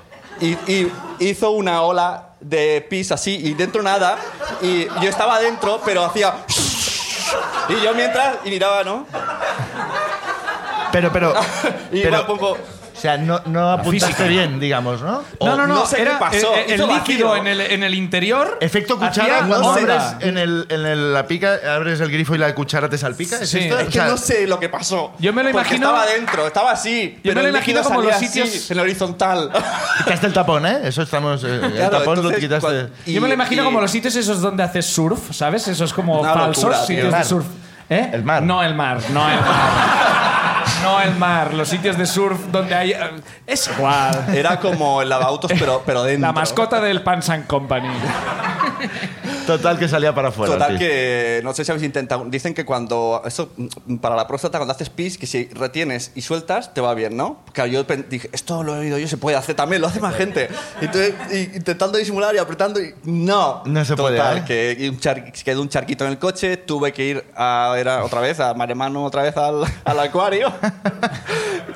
H: Y, y hizo una ola de pis así y dentro nada. Y yo estaba dentro, pero hacía... Y yo mientras, y miraba, ¿no?
B: Pero, pero.
H: Y
B: pero-
H: iba un poco...
B: O sea, no, no apuntaste
A: física.
B: bien, digamos, ¿no?
A: No, no, no.
H: Oh, No sé qué
A: era
H: pasó,
A: eh, eh, El,
H: hizo
A: líquido
H: vacío.
A: en el, en el interior.
B: Efecto
A: hacía
B: cuchara, cuando
A: onda.
B: abres en, el, en el- la pica, abres el grifo y la cuchara te salpica. ¿Es
A: Sí.
B: esto?
H: Es
B: O
H: que
B: sea,
H: no sé lo que pasó.
A: Yo me lo
H: Porque
A: imagino-
H: Estaba dentro, estaba así.
A: Yo me
H: pero
A: lo
H: el líquido
A: imagino como
H: salía
A: los
H: así,
A: sitios-
H: en horizontal.
B: Quitaste el tapón, ¿eh? Eso estamos. eh, el
H: Claro,
B: tapón lo
H: entonces,
B: quitaste.
H: cuan-
A: Yo me lo
H: Y-
A: imagino
H: y-
A: como los sitios esos donde haces surf, ¿sabes? Esos como
H: Una
A: falsos
H: locura, tío.
A: sitios
B: El
A: de
B: mar.
A: surf. ¿Eh?
B: El mar.
A: No el mar, no el mar. no el mar, los sitios de surf donde hay... eh, Es igual.
H: Era como el lavautos, pero, pero dentro.
A: La mascota del Pans and Company.
B: Total, que salía para afuera.
H: Total
B: sí.
H: que no sé si habéis intentado. Dicen que cuando eso mm, para la próstata cuando haces pis que si retienes y sueltas te va bien, ¿no? Claro, yo pen- dije esto lo he oído yo se puede hacer también lo hace más gente. Entonces y- intentando disimular y apretando y no
B: No se puede,
H: Total,
B: ¿eh?
H: que y un char- quedó un charquito en el coche tuve que ir a era otra vez a Maremano otra vez al, al acuario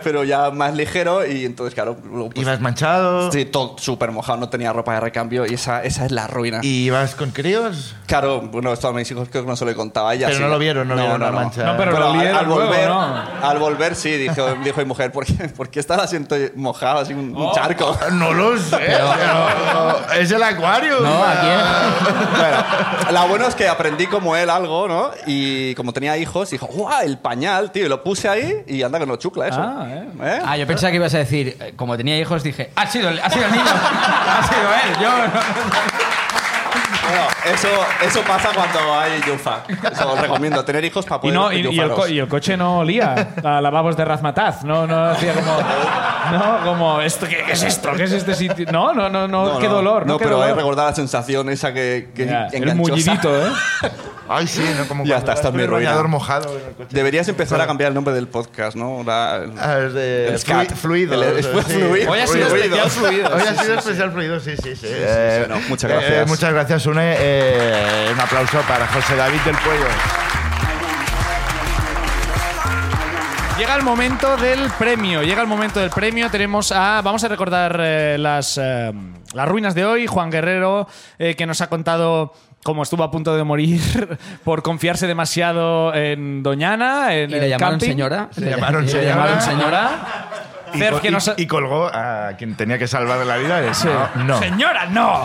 H: pero ya más ligero y entonces claro luego, pues,
B: Ibas manchado.
H: sí, todo súper mojado no tenía ropa de recambio y esa esa es la ruina.
B: ¿Y ibas con crío tíos?
H: Claro, bueno, esto a mis hijos creo que no se lo contaba ella.
B: Pero
H: sí.
B: no lo vieron, no vieron la mancha. No,
A: pero lo
H: al-
A: vieron
H: al,
A: luego,
H: volver,
A: ¿no?
H: al volver sí, dijo, dijo mi mujer, ¿por qué, por qué está el asiento mojado, así un, un
A: Oh.
H: charco?
B: No lo sé. pero es el acuario.
D: No, aquí.
H: Bueno, la buena es que aprendí como él algo, ¿no? Y como tenía hijos, dijo, ¡guau! El pañal, tío. Y lo puse ahí y anda que no chucla eso.
A: Ah, eh.
H: ¿Eh?
D: Ah, yo pensaba que ibas a decir, eh, como tenía hijos, dije, ha sido, el- ha sido el niño, ha sido él, yo no.
H: Bueno, eso, eso pasa cuando hay yufa. Eso os recomiendo, tener hijos para
A: Y,
H: poder
A: no, y, y el
H: yufaros.
A: co- y el coche no olía a lavabos de Razmataz. No, no hacía como. No, como. Esto, ¿qué, qué es esto? ¿Qué es este sitio? No, no, no, no. qué dolor. No,
H: No,
A: qué
H: pero he
A: dolor.
H: recordado la sensación esa que, que
A: Ya, el
H: enganchosa.
A: mullidito, ¿eh?
B: Ay, sí, no como cuando
H: Ya está,
B: vas
H: está
B: con
H: mi
B: el
H: ruina.
B: bañador mojado en el coche.
H: Deberías empezar a cambiar el nombre del podcast, ¿no? La-
B: Ah, es de
H: El
B: flui-
H: scat.
B: fluido.
H: El- el- fue fluido.
D: Hoy ha sido especial fluido,
B: Hoy ha
D: sí,
B: sido especial fluido, sí, sí, sí.
H: sí, no, muchas gracias.
B: eh, muchas gracias, Une. Eh, un aplauso para José David del Puello.
A: Llega el momento del premio. Llega el momento del premio. Tenemos a. Vamos a recordar eh, las, eh, las ruinas de hoy. Juan Guerrero, eh, que nos ha contado cómo estuvo a punto de morir por confiarse demasiado en Doñana. En
D: Y
A: el
D: le llamaron
A: camping.
D: señora.
B: Se llamaron
D: y le
B: señora.
D: llamaron señora.
B: Y,
A: Cerf,
B: col-
A: que
B: y-
A: nos ha-
B: y colgó a quien tenía que salvar de la vida. y- Ah, No, no.
A: Señora, no.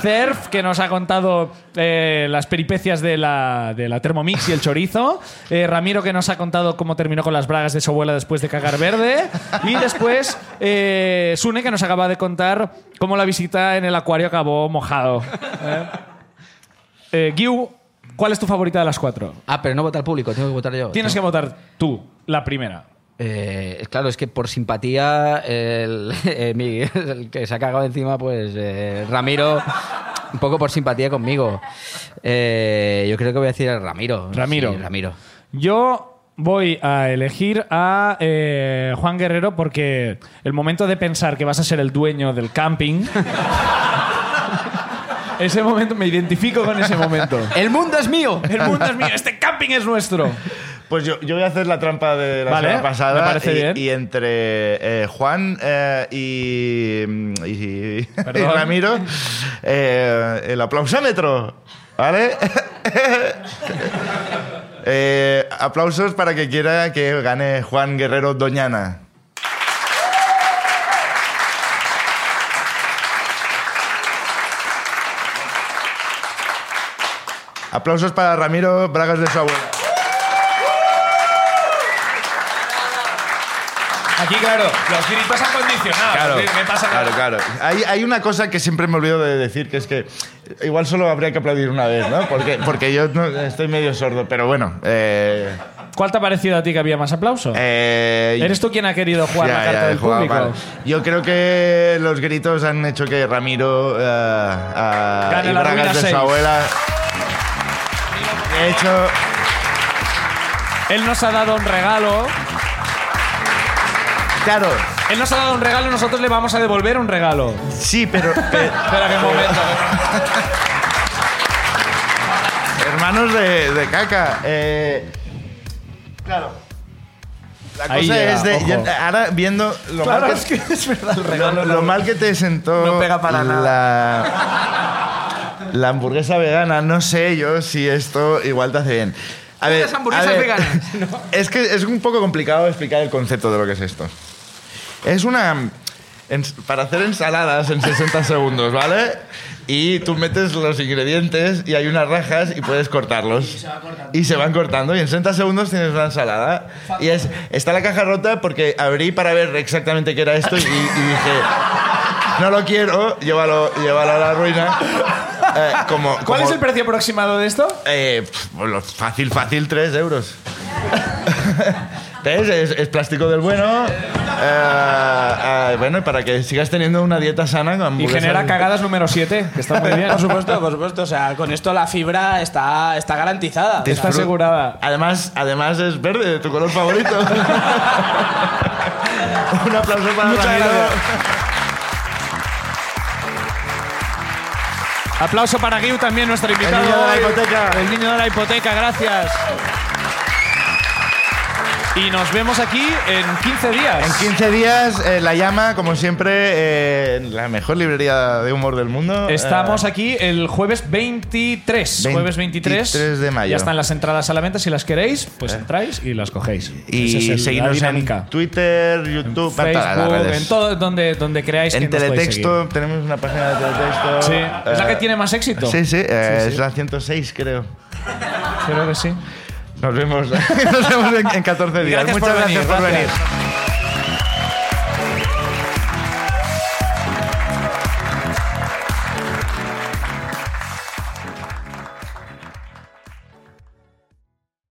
A: Cerf, que nos ha contado eh, las peripecias de la, de la Thermomix y el chorizo. Eh, Ramiro, que nos ha contado cómo terminó con las bragas de su abuela después de cagar verde. Y después, eh, Sune, que nos acaba de contar cómo la visita en el acuario acabó mojado. ¿Eh? Eh, Guiu, ¿cuál es tu favorita de las cuatro?
D: Ah, pero no vota el público, tengo que votar yo.
A: Tienes que votar tú, la primera.
D: Eh, claro, es que por simpatía, el, eh, mi- el que se ha cagado encima, pues eh, Ramiro, un poco por simpatía conmigo. Eh, yo creo que voy a decir a Ramiro.
A: Ramiro.
D: Sí, Ramiro.
A: Yo voy a elegir a eh, Juan Guerrero porque el momento de pensar que vas a ser el dueño del camping. ese momento, me identifico con ese momento.
D: ¡El mundo es mío!
A: El mundo es mío, este camping es nuestro.
B: Pues yo, yo voy a hacer la trampa de la
A: Vale,
B: semana pasada.
A: me parece
B: y,
A: bien.
B: y entre eh, Juan eh, y, y- y
A: Perdón.
B: Ramiro, eh, el aplausómetro. ¿Vale? Eh, aplausos para que quiera que gane Juan Guerrero Doñana. Aplausos para Ramiro Bragas de su abuela.
A: Aquí, claro, los gritos acondicionados.
B: Claro, claro, claro. Hay, hay una cosa que siempre me olvido de decir, que es que igual solo habría que aplaudir una vez, ¿no? Porque, porque yo no- estoy medio sordo, pero bueno. eh,
A: ¿Cuál te ha parecido a ti que había más aplauso?
B: eh,
A: ¿Eres tú quien ha querido jugar
B: ya,
A: la carta
B: ya,
A: del
B: jugaba
A: público?
B: mal. Yo creo que los gritos han hecho que Ramiro eh, a-
A: Gane
B: y
A: la ruina
B: Bragas de
A: seis.
B: su abuela... De hecho,
A: Él nos ha dado un regalo.
B: claro,
A: Él nos ha dado un regalo y nosotros le vamos a devolver un regalo.
B: sí, pero... pe-
A: Espera que un momento.
B: Hermanos de, de caca. eh, claro. La cosa
A: Ahí llega,
B: es de.
A: ojo.
B: ya- ahora viendo lo mal que,
A: es verdad el
B: lo- lo mal que te sentó.
A: no pega para
B: la, nada. La hamburguesa vegana, no sé yo si esto igual te hace bien. A ver,
D: hamburguesas
B: a ver,
D: veganas,
B: Es que es un poco complicado explicar el concepto de lo que es esto. Es una. ens- para hacer ensaladas en 60 segundos, ¿vale? Y tú metes los ingredientes y hay unas rajas y puedes cortarlos. Y se, van cortando. Y en 60 segundos tienes una ensalada. Y es, está la caja rota porque abrí para ver exactamente qué era esto y, y dije, no lo quiero, llévalo, llévalo a la ruina. Eh, como,
A: ¿Cuál
B: como-
A: es el precio aproximado de esto?
B: eh, pf, lo fácil, fácil, 3 euros. ¿Ves? Es, es plástico del bueno. Eh, eh, bueno, y para que sigas teniendo una dieta sana con
A: Y
B: hamburguesas-
A: genera cagadas número 7, que está muy bien.
G: Por supuesto, por supuesto. O sea, con esto la fibra está, está garantizada.
B: Te-
A: Está asegurada.
B: Además, además es verde, de tu color favorito. Un aplauso para
A: Muchas
B: Ramiro.
A: gracias. Aplauso para Guiu también, nuestro invitado.
B: niño de la
A: hoy.
B: hipoteca.
A: El niño de la hipoteca, gracias. Y nos vemos aquí en 15 días.
B: En 15 días, eh, La Llama, como siempre, eh, en la mejor librería de humor del mundo.
A: Estamos
B: Eh,
A: aquí el jueves 23. jueves 23.
B: 23 de mayo. Eh.
A: Ya están las entradas a la venta. Si las queréis, pues entráis y las cogéis. Esa es el-
B: Y
A: la
B: seguidnos
A: dinámica.
B: en Twitter, YouTube, en todas las
A: Facebook,
B: redes.
A: en todo donde, donde creáis que
B: En
A: nos podéis
B: Teletexto, tenemos una página de Teletexto.
A: seguir. Sí. Es la
B: Eh,
A: que tiene más éxito.
B: Sí, sí, eh,
A: Sí, sí.
B: es la 106, creo.
A: Creo que sí.
B: Nos vemos, nos vemos en, en 14 días.
A: gracias por
B: Muchas
A: venir,
B: gracias por
A: gracias.
B: venir.